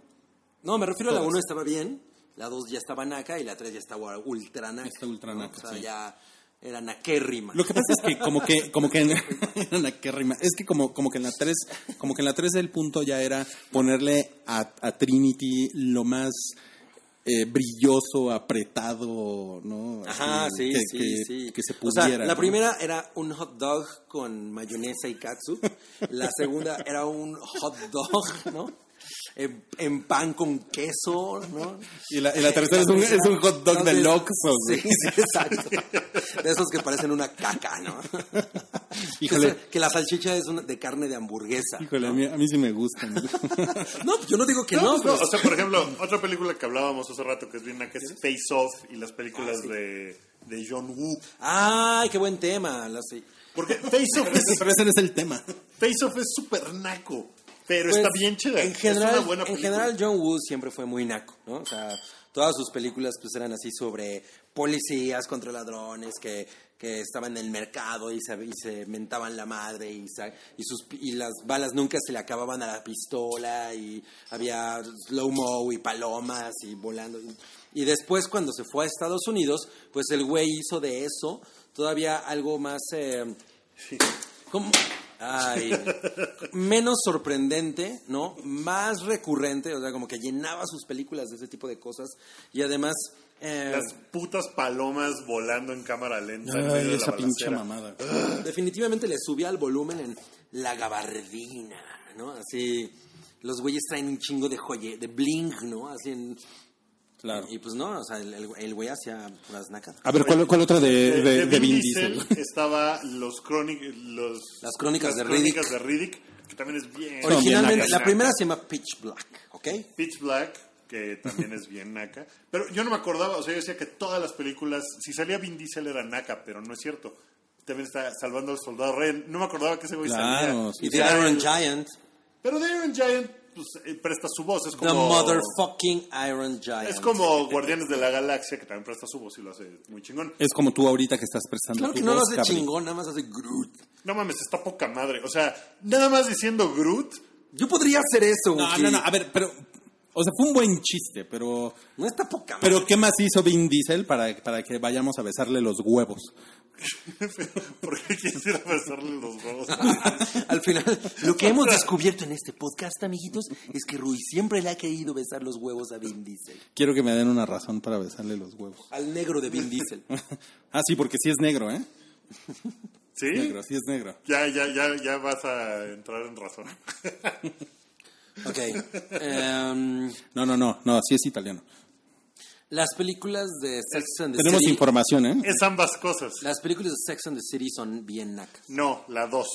Speaker 2: No, me refiero a la 1 estaba bien, la 2 ya estaba naca y la 3 ya estaba ultra naca.
Speaker 4: Está ultra
Speaker 2: ¿no?
Speaker 4: naca,
Speaker 2: O sea,
Speaker 4: sí.
Speaker 2: ya era naquérrima.
Speaker 4: Lo que pasa es que como que como que en, en la que rima, es que como como que en la 3, como que en la 3 el punto ya era ponerle a, a Trinity lo más eh, brilloso, apretado, ¿no?
Speaker 2: Ajá, sí,
Speaker 4: Así, que,
Speaker 2: sí,
Speaker 4: que-
Speaker 2: sí.
Speaker 4: que se
Speaker 2: O sea,
Speaker 4: pudiera.
Speaker 2: la
Speaker 4: ¿no?
Speaker 2: primera era un hot dog con mayonesa y katsu. La segunda era un hot dog, ¿no? En, en pan con queso, ¿no?
Speaker 4: y la, y la tercera es un, es un hot dog de
Speaker 2: Entonces,
Speaker 4: Loxo.
Speaker 2: Sí, sí, exacto. De esos que parecen una caca, ¿no?
Speaker 4: Híjole.
Speaker 2: Que, la salchicha es una, de carne de hamburguesa.
Speaker 4: Híjole, a mí, a mí sí me gustan.
Speaker 2: No, yo no digo que
Speaker 3: No,
Speaker 2: no.
Speaker 3: pues no,
Speaker 2: pero-
Speaker 3: o sea, por ejemplo, otra película que hablábamos hace rato que es bien naca es Face Off y las
Speaker 2: Ah,
Speaker 3: películas de, de John Woo.
Speaker 2: Ay, qué buen tema. la sí.
Speaker 3: Porque Face Off es
Speaker 4: Pero ese no es el tema.
Speaker 3: Face Off es súper naco, pero
Speaker 2: Pues,
Speaker 3: está bien chida.
Speaker 2: En
Speaker 3: es
Speaker 2: general,
Speaker 3: una buena
Speaker 2: en
Speaker 3: película.
Speaker 2: general, John Woo siempre fue muy naco, ¿no? O sea, todas sus películas pues eran así sobre policías contra ladrones que, que estaban en el mercado y se, y se mentaban la madre y, sa- y, sus, pi- y las balas nunca se le acababan a la pistola y había slow-mo y palomas y volando. Y después cuando se fue a Estados Unidos, pues el güey hizo de eso todavía algo más... eh, ¿Cómo? Ay, menos sorprendente, ¿no? Más recurrente, o sea, como que llenaba sus películas de ese tipo de cosas y además... eh,
Speaker 3: Las putas palomas volando en cámara lenta. en medio
Speaker 4: Ay,
Speaker 3: de la
Speaker 4: esa pinche
Speaker 3: balacera.
Speaker 4: mamada.
Speaker 2: definitivamente le subía al volumen en la gabardina, ¿no? Así, los güeyes traen un chingo de joye, de bling, ¿no? Así en-
Speaker 4: Claro.
Speaker 2: Y pues no, o sea, el, el- el güey hacía puras nacas.
Speaker 4: A ver, ¿cuál, cuál otra de,
Speaker 3: De,
Speaker 4: de,
Speaker 3: de
Speaker 4: de Vin Diesel?
Speaker 3: estaba los crónic, los,
Speaker 2: Las crónicas de
Speaker 3: crónicas de Riddick, que también es bien.
Speaker 4: Son bien
Speaker 2: Originalmente,
Speaker 4: nacas.
Speaker 2: la primera se llama Pitch Black, ¿ok?
Speaker 3: Pitch Black, que también es bien naca. Pero yo no me acordaba, o sea, yo decía que todas las películas, si salía Vin Diesel era naca, pero no es cierto. También está Salvando al Soldado Ryan. No me acordaba que ese güey salía.
Speaker 4: Claro, sí.
Speaker 2: Y The
Speaker 3: Era
Speaker 2: Iron
Speaker 3: el-
Speaker 2: Giant,
Speaker 3: Pero The Iron Giant pues, eh, presta su voz, es como...
Speaker 2: The Motherfucking Iron Giant.
Speaker 3: Es como Guardianes de la Galaxia, que también presta su voz y lo hace muy chingón.
Speaker 4: Es como tú ahorita que estás prestando
Speaker 2: Claro que
Speaker 4: tu
Speaker 2: no lo
Speaker 4: voz,
Speaker 2: hace
Speaker 4: Cabri.
Speaker 2: chingón, nada más hace Groot.
Speaker 3: No mames, está poca madre. O sea, nada más diciendo Groot,
Speaker 2: Yo podría hacer eso,
Speaker 4: No,
Speaker 2: Wookie.
Speaker 4: no, no, a ver, pero. O sea, fue un buen chiste, pero.
Speaker 2: No está poca madre.
Speaker 4: Pero, ¿qué más hizo Vin Diesel para, para que vayamos a besarle los huevos?
Speaker 3: porque quisiera besarle los huevos.
Speaker 2: Al final, lo que hemos descubierto en este podcast, amiguitos, es que Rui siempre le ha querido besar los huevos a Vin Diesel.
Speaker 4: Quiero que me den una razón para besarle los huevos.
Speaker 2: Al negro de Vin Diesel.
Speaker 4: Ah, sí, porque sí es negro, ¿eh?
Speaker 3: ¿Sí?
Speaker 4: Negro, sí es negro.
Speaker 3: Ya, ya, ya, ya vas a entrar en razón.
Speaker 2: Ok. em,
Speaker 4: No, no, no, no, sí es italiano.
Speaker 2: las películas de Sex and the
Speaker 4: Tenemos
Speaker 2: City...
Speaker 4: información, ¿eh?
Speaker 3: Es ambas cosas.
Speaker 2: Las películas de Sex and the City son bien nacas.
Speaker 3: No, la 2.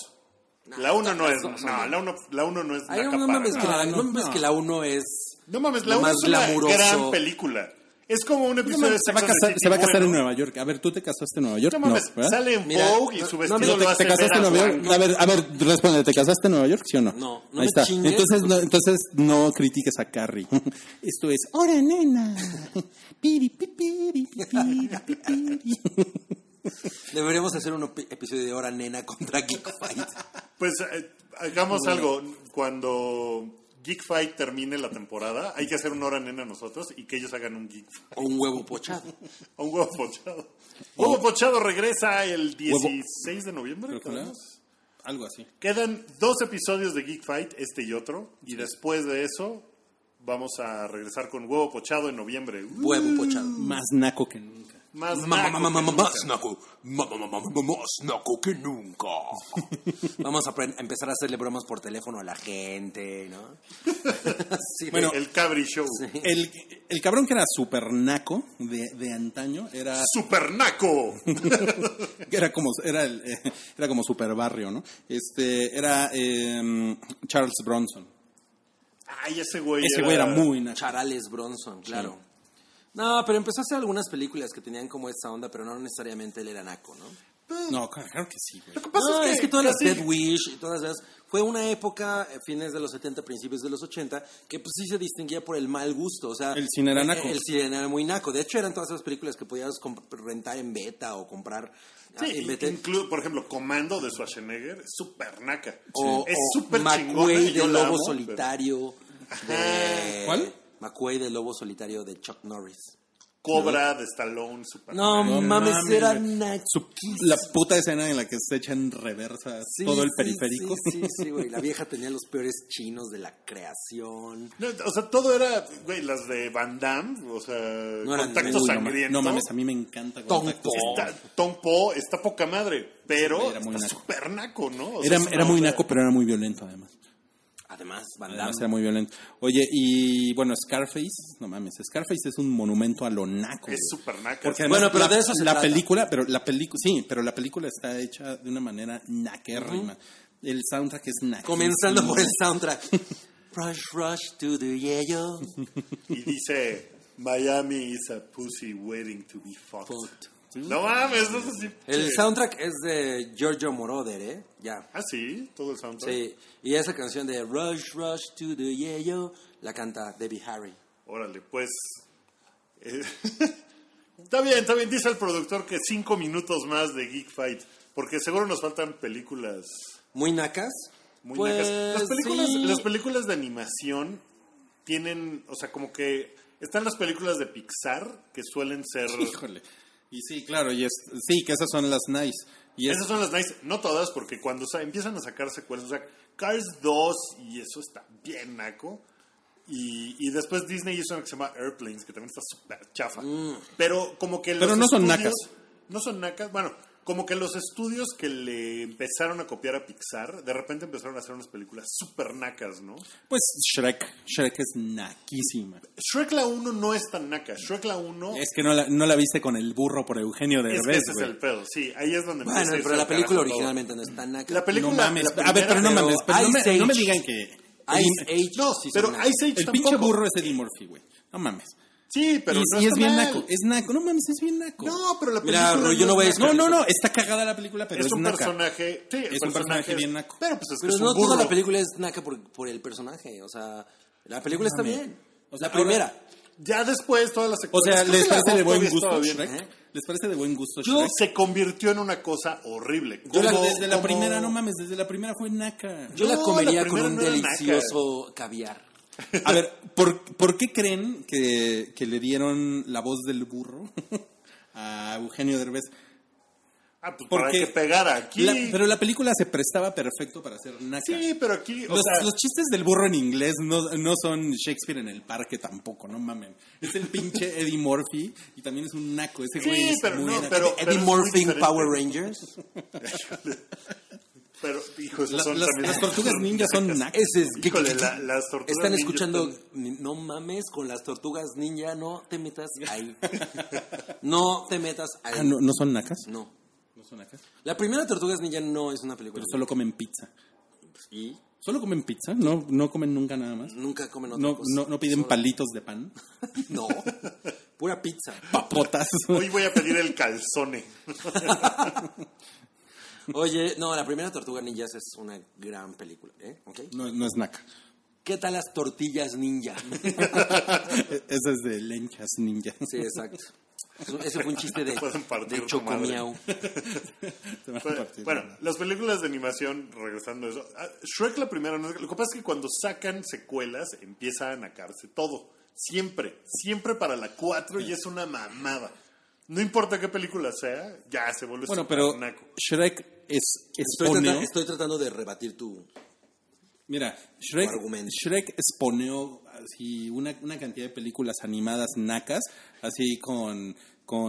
Speaker 3: La 1 no
Speaker 2: las
Speaker 3: es.
Speaker 2: dos son
Speaker 3: No,
Speaker 2: bien.
Speaker 3: la 1 la uno no es.
Speaker 2: Ay,
Speaker 3: naca
Speaker 2: no
Speaker 3: para
Speaker 2: mames que
Speaker 3: nada.
Speaker 2: la,
Speaker 4: no,
Speaker 2: no mames
Speaker 4: no.
Speaker 2: que la uno es...
Speaker 3: No mames, la 1
Speaker 2: más
Speaker 3: es una
Speaker 2: glamuroso.
Speaker 3: gran película. Es como un
Speaker 4: No
Speaker 3: episodio
Speaker 4: mames,
Speaker 3: de
Speaker 4: se va a
Speaker 3: Sex and the
Speaker 4: casar,
Speaker 3: City
Speaker 4: se va a casar en
Speaker 3: bueno.
Speaker 4: Nueva York. A ver, ¿tú te casaste en Nueva York?
Speaker 3: No mames,
Speaker 4: ¿verdad?
Speaker 3: sale en
Speaker 2: Mira,
Speaker 3: Vogue y
Speaker 2: no-
Speaker 3: su
Speaker 2: no
Speaker 3: vestido
Speaker 2: me-
Speaker 3: lo
Speaker 2: te-
Speaker 3: hace
Speaker 4: ¿Te casaste en
Speaker 3: ver a
Speaker 4: Nueva
Speaker 3: Juan.
Speaker 4: York? A ver, a ver, responde, ¿te casaste en Nueva York, sí o no?
Speaker 2: No, no me
Speaker 4: Ahí está.
Speaker 2: chingues.
Speaker 4: Entonces, no- entonces no critiques a Carrie. Esto es, ¡Hora, nena! Piri, pi, piri, pi, piri, pi, piri.
Speaker 2: Deberíamos hacer un opi- episodio de Hora Nena contra Geek Fight.
Speaker 3: Pues eh, hagamos algo. Cuando Geek Fight termine la temporada, hay que hacer una hora nena nosotros y que ellos hagan un Geek Fight.
Speaker 2: O un huevo pochado.
Speaker 3: O un huevo pochado. Huevo pochado regresa el 16 de noviembre.
Speaker 4: Creo que
Speaker 3: ¿no?
Speaker 4: no. Algo así.
Speaker 3: Quedan dos episodios de Geek Fight, este y otro. Y después de eso, vamos a regresar con huevo pochado en noviembre. Uh,
Speaker 2: Huevo pochado.
Speaker 4: Más naco que nunca.
Speaker 3: Más
Speaker 2: Ma-
Speaker 3: naco
Speaker 2: ma- ma-
Speaker 3: que
Speaker 2: ma-
Speaker 3: nunca.
Speaker 2: Más naco, Ma- ma- ma- ma- ma- más naco que nunca. Vamos a apren- a empezar a hacerle bromas por teléfono a la gente, ¿no? Sí,
Speaker 4: Bueno,
Speaker 3: El Cabri Show.
Speaker 4: El, el cabrón que era super naco de, de antaño era,
Speaker 3: ¡Supernaco!
Speaker 4: era como era, el, eh, era como super barrio, ¿no? Este era em, Charles Bronson.
Speaker 3: Ay, ese güey
Speaker 4: Ese güey era muy naco.
Speaker 2: Charales Bronson, claro. No, pero empezó a hacer algunas películas que tenían como esta onda, pero no necesariamente él era naco, ¿no?
Speaker 4: No, claro que sí, güey.
Speaker 3: Lo que pasa
Speaker 2: no,
Speaker 3: es que,
Speaker 2: todas las
Speaker 3: así-
Speaker 2: Dead Wish y todas esas, fue una época, eh, fines de los 70, principios de los 80, que pues sí se distinguía por el mal gusto, o sea...
Speaker 4: El cine era
Speaker 2: eh,
Speaker 4: naco.
Speaker 2: El cine era muy naco. De hecho, eran todas esas películas que podías comp- rentar en beta o comprar ah,
Speaker 3: Sí,
Speaker 2: en beta.
Speaker 3: inclu- por ejemplo, Comando de Schwarzenegger es super naca.
Speaker 2: O,
Speaker 3: es
Speaker 2: o
Speaker 3: súper chingona
Speaker 2: McQuay
Speaker 3: y yo
Speaker 2: de
Speaker 3: la
Speaker 2: Lobo
Speaker 3: amo,
Speaker 2: Solitario. de-
Speaker 4: ¿Cuál?
Speaker 2: McQuay de Lobo Solitario de Chuck Norris.
Speaker 3: pero Cobra de Stallone, super
Speaker 2: No,
Speaker 4: No
Speaker 2: mames,
Speaker 4: mames,
Speaker 2: era
Speaker 4: güey.
Speaker 2: naco.
Speaker 4: Su- la puta escena en la que se echa en reversa
Speaker 2: Sí,
Speaker 4: todo el
Speaker 2: sí,
Speaker 4: periférico.
Speaker 2: Sí, sí, sí, güey. La vieja tenía los peores chinos de la creación.
Speaker 3: No, o sea, todo era, güey, las de Van Damme, o sea,
Speaker 2: eran-
Speaker 3: contacto
Speaker 2: Uy,
Speaker 4: No, ma-
Speaker 3: sangriento.
Speaker 4: no mames, a mí me encanta.
Speaker 2: Tonto.
Speaker 4: Contacto.
Speaker 3: Está, Tom Po está poca madre, pero
Speaker 4: Era muy
Speaker 3: está
Speaker 4: naco.
Speaker 3: súper naco, ¿no? O sea,
Speaker 4: Era,
Speaker 3: es una
Speaker 4: era muy
Speaker 3: onda-
Speaker 4: naco, pero era muy violento además.
Speaker 2: Además, Van Damme.
Speaker 4: Además era muy violento. Oye, y bueno, Scarface, no mames, Scarface es un monumento a lo naco.
Speaker 3: Es
Speaker 4: güey.
Speaker 3: súper naco.
Speaker 4: Porque además
Speaker 2: Bueno, pero
Speaker 4: la,
Speaker 2: de eso se
Speaker 4: la
Speaker 2: trata.
Speaker 4: película, pero la película, sí, pero la película está hecha de una manera naquérrima. El soundtrack es naco.
Speaker 2: Comenzando por el soundtrack. Rush, rush to the yellow.
Speaker 3: Y dice, Miami is a pussy waiting to be fucked.
Speaker 2: Fucked.
Speaker 3: No mames, no es así.
Speaker 2: El
Speaker 3: Sí.
Speaker 2: soundtrack es de Giorgio Moroder, ¿eh? Ya.
Speaker 3: Ah, sí, todo el soundtrack.
Speaker 2: Sí. Y esa canción de Rush, rush to the yellow la canta Debbie Harry.
Speaker 3: Órale, pues... eh, está bien, está bien. Dice el productor que cinco minutos más de Geek Fight, porque seguro nos faltan películas
Speaker 2: ¿Muy nacas?
Speaker 3: muy
Speaker 2: Pues,
Speaker 3: nacas. Las películas,
Speaker 2: sí.
Speaker 3: las películas de animación tienen, o sea, como que... Están las películas de Pixar que suelen ser...
Speaker 4: Híjole. Y sí, claro, y es, sí, que esas son las nice. Y es-
Speaker 3: Esas son las nice, no todas, porque cuando sa- empiezan a sacar secuelas, o sea, Cars 2 y eso está bien naco. Y, y después Disney hizo una que se llama Airplanes, que también está súper chafa. Pero como que los
Speaker 4: Mm. Pero no son
Speaker 3: estudios-
Speaker 4: nacas.
Speaker 3: No son nacas, bueno, como que los estudios que le empezaron a copiar a Pixar, de repente empezaron a hacer unas películas súper nacas, ¿no?
Speaker 4: pues Shrek, Shrek es naquísima.
Speaker 3: Shrek la 1 no es tan naca, Shrek la 1
Speaker 4: Es que no la, no la viste con el burro por Eugenio
Speaker 3: Oh.
Speaker 4: de
Speaker 3: es que
Speaker 4: Derbez,
Speaker 3: ese es
Speaker 4: güey.
Speaker 3: el pedo, sí, ahí es donde
Speaker 2: Bueno,
Speaker 3: empieza a irse
Speaker 2: pero la película
Speaker 3: al carajo todo.
Speaker 2: originalmente no es tan naca.
Speaker 3: La película,
Speaker 4: No mames,
Speaker 3: la
Speaker 4: a ver,
Speaker 3: primera,
Speaker 4: pero no mames, pero no
Speaker 2: Ice
Speaker 4: me, no me
Speaker 2: Age.
Speaker 4: digan que...
Speaker 2: Ice Age.
Speaker 3: No,
Speaker 2: sí son
Speaker 3: pero
Speaker 2: nacas.
Speaker 3: Ice Age
Speaker 4: El
Speaker 3: tampoco.
Speaker 4: pinche burro es Eddie Murphy, güey. No mames.
Speaker 3: Sí, pero
Speaker 4: y
Speaker 3: no
Speaker 4: y es
Speaker 3: está
Speaker 4: bien
Speaker 3: mal.
Speaker 4: naco, es naco. No mames, es bien naco.
Speaker 3: No, pero la película
Speaker 2: Mira, Ro, yo no voy a
Speaker 3: es
Speaker 4: No,
Speaker 2: Oscar.
Speaker 4: no, no, está cagada la película, pero
Speaker 3: es,
Speaker 4: es,
Speaker 3: un
Speaker 4: naca.
Speaker 3: personaje, sí, el
Speaker 4: Es un personaje bien naco.
Speaker 3: Pero pues es que
Speaker 2: Pero
Speaker 3: es un
Speaker 2: no
Speaker 3: burro.
Speaker 2: toda la película es naca por, por el personaje. O sea, la película está bien.
Speaker 4: O sea,
Speaker 2: la primera.
Speaker 3: Ya después todas las
Speaker 4: O sea,
Speaker 3: secuencias-
Speaker 4: ¿les
Speaker 3: Creo que
Speaker 4: parece de
Speaker 3: la
Speaker 4: buen
Speaker 3: dos
Speaker 4: gusto
Speaker 3: todavía ¿eh? estaba
Speaker 4: Shrek?
Speaker 3: bien.
Speaker 4: ¿Les parece de buen gusto
Speaker 2: Yo-
Speaker 4: Shrek?
Speaker 3: Se convirtió en una cosa horrible.
Speaker 4: Yo la-
Speaker 3: Como-
Speaker 4: desde la
Speaker 3: como-
Speaker 4: primera, no mames, desde la primera fue naca.
Speaker 2: Yo la
Speaker 3: No,
Speaker 2: comería
Speaker 3: la
Speaker 2: con
Speaker 3: primera
Speaker 2: un
Speaker 3: no era naca.
Speaker 2: delicioso caviar.
Speaker 4: A ver, ¿por, por qué creen que, que le dieron la voz del burro a Eugenio Derbez?
Speaker 3: Ah, pues para
Speaker 4: Porque-
Speaker 3: que pegara aquí.
Speaker 4: La- pero la película se prestaba perfecto para ser naca.
Speaker 3: Sí, pero aquí, o
Speaker 4: Los,
Speaker 3: sea,
Speaker 4: los chistes del burro en inglés no, no son Shakespeare en el parque tampoco, no mamen. Es el pinche Eddie Murphy y también es un naco. Ese
Speaker 3: Sí,
Speaker 4: güey es
Speaker 3: pero
Speaker 4: muy
Speaker 3: no,
Speaker 4: naco.
Speaker 3: pero-
Speaker 2: Eddie
Speaker 3: es muy
Speaker 2: Murphy en
Speaker 3: diferente.
Speaker 2: Power Rangers.
Speaker 3: pero hijo, esas
Speaker 4: La-
Speaker 3: son
Speaker 4: las,
Speaker 3: también-
Speaker 4: las tortugas ninja son nacas.
Speaker 2: Ese es
Speaker 3: Híjole, la- las tortugas
Speaker 2: Están
Speaker 3: ninja
Speaker 2: escuchando, no mames con las tortugas ninja, no te metas ahí. no te metas ahí.
Speaker 4: Ah,
Speaker 2: no.
Speaker 4: ¿no, ¿no son nacas? No son nacas.
Speaker 2: La primera Tortugas Ninja no es una película.
Speaker 4: Pero solo comen pizza.
Speaker 2: Y
Speaker 4: ¿Solo comen pizza? ¿No, no comen nunca nada más?
Speaker 2: nunca comen otra
Speaker 4: ¿No,
Speaker 2: cosa.
Speaker 4: no, no piden
Speaker 2: Solo-
Speaker 4: palitos de pan?
Speaker 2: No. Pura pizza.
Speaker 4: ¿Papotas?
Speaker 3: Hoy voy a pedir el calzone.
Speaker 2: Oye, no, la primera Tortuga Ninjas es una gran película, ¿eh? ¿Ok?
Speaker 4: No, no es naca.
Speaker 2: ¿Qué tal las tortillas ninja?
Speaker 4: Esa es de lenchas ninja.
Speaker 2: Sí, exacto. Eso- Ese fue un chiste de,
Speaker 3: Pueden partir
Speaker 2: de
Speaker 3: tu madre.
Speaker 2: Chocomiao.
Speaker 4: Te van a
Speaker 3: Pero,
Speaker 4: partir.
Speaker 3: bueno, las películas de animación, regresando a eso, ah, Shrek la primera, no es- lo que pasa es que cuando sacan secuelas empieza a nacarse todo, siempre, siempre para la 4 y es una mamada. No importa qué película sea, ya se vuelve
Speaker 4: Bueno,
Speaker 3: súper
Speaker 4: pero
Speaker 3: naco.
Speaker 4: Shrek es
Speaker 2: pues Estoy, trata-
Speaker 4: esponeo.
Speaker 2: estoy tratando de rebatir tu,
Speaker 4: Mira, Shrek,
Speaker 2: argumento.
Speaker 4: Shrek exponeó así una, una cantidad de películas animadas nacas, así con,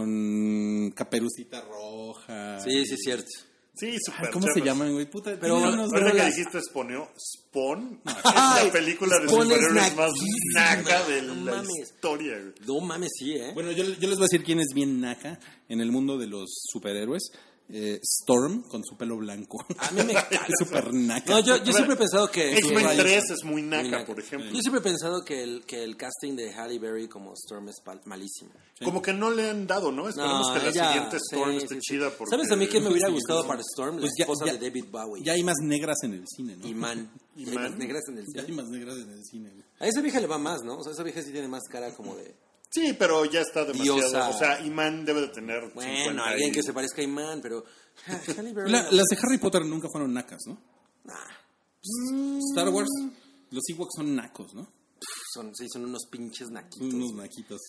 Speaker 4: con Caperucita Roja.
Speaker 2: Sí, sí, es cierto.
Speaker 3: Sí,
Speaker 4: Ay,
Speaker 3: super
Speaker 4: ¿Cómo se
Speaker 3: chafas.
Speaker 4: llaman, güey? Puta,
Speaker 2: Pero-
Speaker 4: tienen unos
Speaker 3: Ahorita que
Speaker 4: nombres.
Speaker 3: dijiste Spawn, Spawn es
Speaker 2: Ay,
Speaker 3: la película de
Speaker 2: Spawn es
Speaker 3: superhéroes más
Speaker 2: naquísima.
Speaker 3: naca de
Speaker 2: No
Speaker 3: la
Speaker 2: mames.
Speaker 3: historia. güey.
Speaker 2: No mames, sí, ¿eh?
Speaker 4: Bueno, yo, yo les voy a decir quién es bien naca en el mundo de los superhéroes. Eh, Storm, con su pelo blanco.
Speaker 2: a mí Ah, me caga.
Speaker 4: Es súper naca.
Speaker 2: No, yo, yo siempre he pensado que...
Speaker 3: X-Men
Speaker 2: que-
Speaker 3: 3 es muy naca,
Speaker 2: Muy naca.
Speaker 3: por ejemplo.
Speaker 2: Yo siempre he pensado que el, que el casting de Halle Berry como Storm es pal- malísimo.
Speaker 3: Como que no le han dado, ¿no? Esperemos
Speaker 2: No,
Speaker 3: que la
Speaker 2: ella-
Speaker 3: siguiente Storm
Speaker 2: sí,
Speaker 3: esté
Speaker 2: sí, sí.
Speaker 3: chida. Porque...
Speaker 2: ¿Sabes a mí quién me hubiera gustado
Speaker 4: sí.
Speaker 2: para Storm? La
Speaker 4: Pues ya-
Speaker 2: esposa
Speaker 4: ya-
Speaker 2: de David Bowie.
Speaker 4: Ya hay más negras en el cine, ¿no?
Speaker 2: Y Man.
Speaker 3: Y
Speaker 2: Hay
Speaker 3: Man.
Speaker 2: más negras en el
Speaker 4: Ya hay
Speaker 2: cine.
Speaker 4: más negras en el cine, güey.
Speaker 2: A esa vieja le va más, ¿no? O sea, esa vieja sí tiene más cara como de...
Speaker 3: Sí, pero ya está demasiado.
Speaker 2: Diosa.
Speaker 3: O sea, Iman debe de tener.
Speaker 2: Bueno,
Speaker 3: 50
Speaker 2: alguien
Speaker 3: y-
Speaker 2: que se parezca a Iman, pero... ah, Halle Berry...
Speaker 4: La-
Speaker 2: no.
Speaker 4: las de Harry Potter nunca fueron nacas, ¿no?
Speaker 2: Nah,
Speaker 4: Star Wars, los Ewoks son nacos, ¿no?
Speaker 2: son, sí, son unos pinches naquitos.
Speaker 4: Unos naquitos.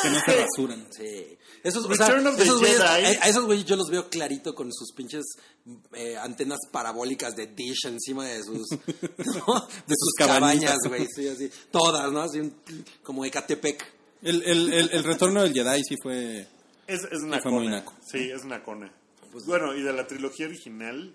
Speaker 4: que, no se basuran.
Speaker 2: Sí. Esos, o sea,
Speaker 3: Return of the
Speaker 2: esos güeyes-
Speaker 3: Jedi.
Speaker 2: a- a esos güeyes yo los veo clarito con sus pinches eh, antenas parabólicas de dish encima de sus, ¿no? de sus cabañas,
Speaker 4: cabanitas.
Speaker 2: güey. Sí, así. Todas, ¿no? Así un- como Ecatepec.
Speaker 4: El, el, el, el retorno del Jedi sí fue...
Speaker 3: Es, es
Speaker 4: fue muy
Speaker 3: nacona.
Speaker 4: naco.
Speaker 3: Sí, es nacona.
Speaker 2: Pues-
Speaker 3: bueno, y de la trilogía original.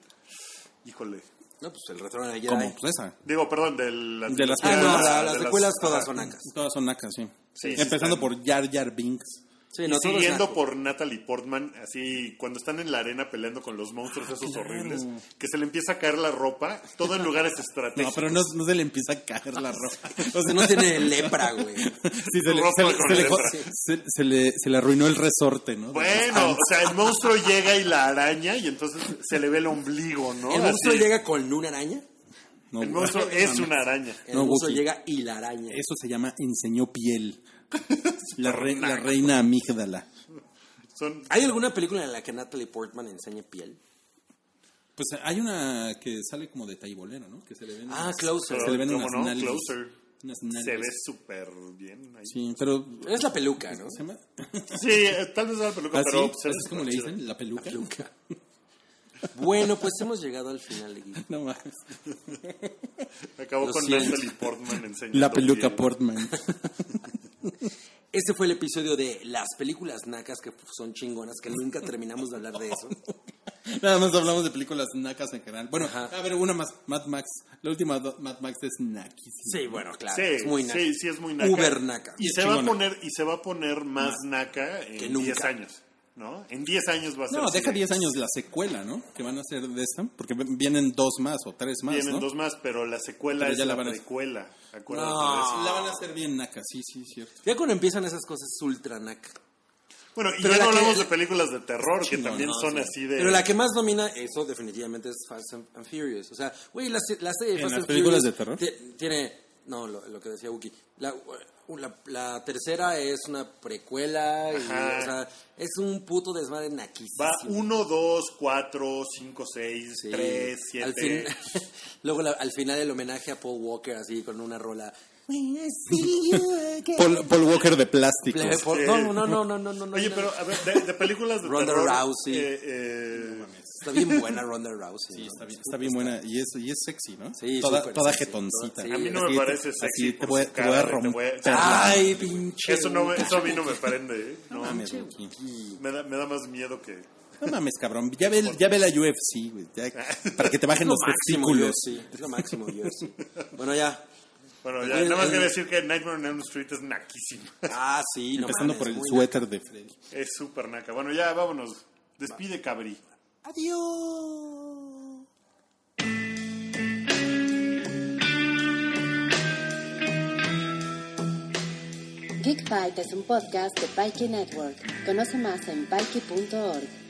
Speaker 3: Híjole.
Speaker 2: No, pues el retorno de Jedi.
Speaker 4: ¿Cómo? Pues esa.
Speaker 3: Digo, perdón, de la
Speaker 4: De las
Speaker 2: Ah,
Speaker 3: trilogía-
Speaker 2: no,
Speaker 4: primeras.
Speaker 2: la-
Speaker 3: de
Speaker 2: las secuelas todas
Speaker 3: ajá.
Speaker 2: son acas.
Speaker 4: Todas son nacas, sí.
Speaker 3: Sí, sí,
Speaker 4: Empezando
Speaker 3: están.
Speaker 4: por Jar Jar Binks.
Speaker 2: Sí, no, todo
Speaker 3: Y
Speaker 2: es
Speaker 3: siguiendo
Speaker 2: naco.
Speaker 3: por Natalie Portman, así cuando están en la arena peleando con los monstruos esos horribles, que se le empieza a caer la ropa, todo en lugares
Speaker 4: No,
Speaker 3: estratégicos.
Speaker 4: pero no, no se le empieza a caer la ropa. O
Speaker 2: O sea, no tiene lepra, güey.
Speaker 4: Sí, se le,
Speaker 3: Ropa
Speaker 4: se, le-
Speaker 3: con
Speaker 4: se le-
Speaker 3: letra.
Speaker 4: se- se le- se le arruinó el resorte, ¿no?
Speaker 3: Bueno, o sea, el monstruo llega y la araña y entonces se le ve el ombligo, ¿no?
Speaker 2: El monstruo
Speaker 3: Así.
Speaker 2: llega con una araña.
Speaker 4: No,
Speaker 3: El
Speaker 4: güey.
Speaker 3: monstruo es una araña.
Speaker 2: El
Speaker 4: No,
Speaker 2: monstruo
Speaker 4: Wookiee.
Speaker 2: llega y la araña.
Speaker 4: Eso se llama enseñó piel. La, re- la reina amígdala.
Speaker 3: Son,
Speaker 2: ¿Hay alguna película en la que Natalie Portman enseñe piel?
Speaker 4: Pues hay una que sale como de taibolero, ¿no? Que se le ven
Speaker 2: Ah,
Speaker 4: unas-
Speaker 2: Closer.
Speaker 4: Se le ven
Speaker 3: ¿Cómo
Speaker 4: unas
Speaker 3: no?
Speaker 4: nalgas.
Speaker 3: Closer.
Speaker 4: Unas
Speaker 3: se
Speaker 4: nalgas.
Speaker 3: ve súper bien ahí. Sí,
Speaker 4: pues. Sí, pero...
Speaker 2: Es la peluca, ¿no?
Speaker 4: ¿Se llama?
Speaker 3: eh, tal vez sea la peluca,
Speaker 4: ¿Ah, ¿Así?
Speaker 3: pero se ve
Speaker 4: ¿Es como le
Speaker 3: superchida.
Speaker 4: dicen? ¿La peluca?
Speaker 2: Nunca. Bueno, pues hemos llegado al final de Geek.
Speaker 4: No mames.
Speaker 3: Acabó
Speaker 2: Lo
Speaker 3: con
Speaker 2: siento.
Speaker 3: Natalie Portman enseñando.
Speaker 4: La peluca
Speaker 3: piel.
Speaker 4: Portman.
Speaker 2: Este fue el episodio de las películas nacas que son chingonas, que nunca terminamos de hablar de eso.
Speaker 4: Nada más hablamos de películas nacas en general. Bueno,
Speaker 2: Ajá.
Speaker 4: a ver, una más. Mad Max. La última do- Mad Max es naquísima.
Speaker 2: Sí, bueno, claro.
Speaker 3: Sí,
Speaker 2: es muy naca.
Speaker 3: sí, sí, es muy naca.
Speaker 2: Uber naca.
Speaker 3: Y
Speaker 4: Es
Speaker 3: se, va a
Speaker 4: chingona.
Speaker 3: poner, y se va a poner más naca
Speaker 2: Que
Speaker 3: en
Speaker 2: nunca.
Speaker 3: 10 años, ¿no? En 10 años va a ser.
Speaker 4: No,
Speaker 3: así
Speaker 4: deja
Speaker 3: de-
Speaker 4: 10 años la secuela, ¿no? Que van a hacer de esta. Porque ven- vienen dos más o tres más,
Speaker 3: Tienen
Speaker 4: ¿no?
Speaker 3: dos más, pero la secuela
Speaker 4: Pero
Speaker 3: es
Speaker 4: ya la
Speaker 3: la,
Speaker 4: van a-
Speaker 3: precuela. Acuérdate
Speaker 2: No.
Speaker 3: de eso.
Speaker 4: La van a hacer bien naca, sí, sí, cierto.
Speaker 2: Ya cuando empiezan esas cosas es ultra naca.
Speaker 3: Bueno, y
Speaker 2: Pero
Speaker 3: ya
Speaker 2: la
Speaker 3: no
Speaker 2: que-
Speaker 3: hablamos de películas de terror, que
Speaker 4: chingona,
Speaker 3: también
Speaker 4: no,
Speaker 3: son
Speaker 4: sí.
Speaker 3: así de.
Speaker 2: Pero la que más domina eso definitivamente es Fast and, and Furious. O sea, güey, la, se- la serie
Speaker 4: ¿En
Speaker 2: Fast
Speaker 4: las
Speaker 2: and
Speaker 4: películas
Speaker 2: Furious
Speaker 4: de terror?
Speaker 2: ti- Tiene, no, lo, lo que decía Wookie. La, la- la tercera es una precuela y, o
Speaker 3: Ajá.
Speaker 2: sea, es un puto desmadre
Speaker 3: Va
Speaker 2: naquísimo.
Speaker 3: 1, 2, 4, 5, 6,
Speaker 2: Sí.
Speaker 3: 3,
Speaker 2: Al
Speaker 3: 7.
Speaker 2: fin- luego la- al final el homenaje a Paul Walker así con una rola. When I see you again.
Speaker 4: Paul, Paul Walker de plástico.
Speaker 2: Ple- Paul- no, no, no, no, no, no.
Speaker 3: Oye,
Speaker 2: no.
Speaker 3: pero a ver, de, de películas de
Speaker 2: Ronda
Speaker 3: terror.
Speaker 2: Rousey.
Speaker 3: eh, eh,
Speaker 2: está bien buena Ronda Rousey.
Speaker 4: Sí,
Speaker 2: ¿no?
Speaker 4: está bien, está bien buena y es, y es sexy, ¿no?
Speaker 2: Sí,
Speaker 4: toda,
Speaker 2: súper
Speaker 4: toda
Speaker 2: sexy.
Speaker 4: jetoncita.
Speaker 2: Sí,
Speaker 3: a mí no me
Speaker 4: Así,
Speaker 3: parece
Speaker 4: así
Speaker 3: sexy.
Speaker 4: te
Speaker 3: por
Speaker 4: voy,
Speaker 3: su
Speaker 4: te voy a
Speaker 3: cara, te voy a-
Speaker 4: romper. Ah,
Speaker 2: Ay, pinche.
Speaker 3: Eso, no, me- eso a mí no me prende. ¿eh? No,
Speaker 4: No mames, Wookie.
Speaker 3: me, da, me da más miedo que.
Speaker 4: No mames, cabrón. Ya ve, ya ve la UFC, güey. Ya- Para que te bajen
Speaker 2: Lo
Speaker 4: los
Speaker 2: máximo,
Speaker 4: testículos.
Speaker 2: UFC. Es lo máximo, UFC. Bueno, ya.
Speaker 3: Bueno, ya,
Speaker 2: Oye, eh,
Speaker 3: nada más
Speaker 2: oye.
Speaker 3: quiero decir que Nightmare on Elm Street es naquísima.
Speaker 2: Ah, sí, no
Speaker 4: Empezando
Speaker 2: mames,
Speaker 4: por el
Speaker 2: muy
Speaker 4: suéter de Freddy.
Speaker 3: Es súper naca. Bueno, ya, vámonos. Despide, Cabri.
Speaker 2: naca. Adiós.
Speaker 1: Geek Fight es un podcast de Paike Network. Conoce más en paike.org.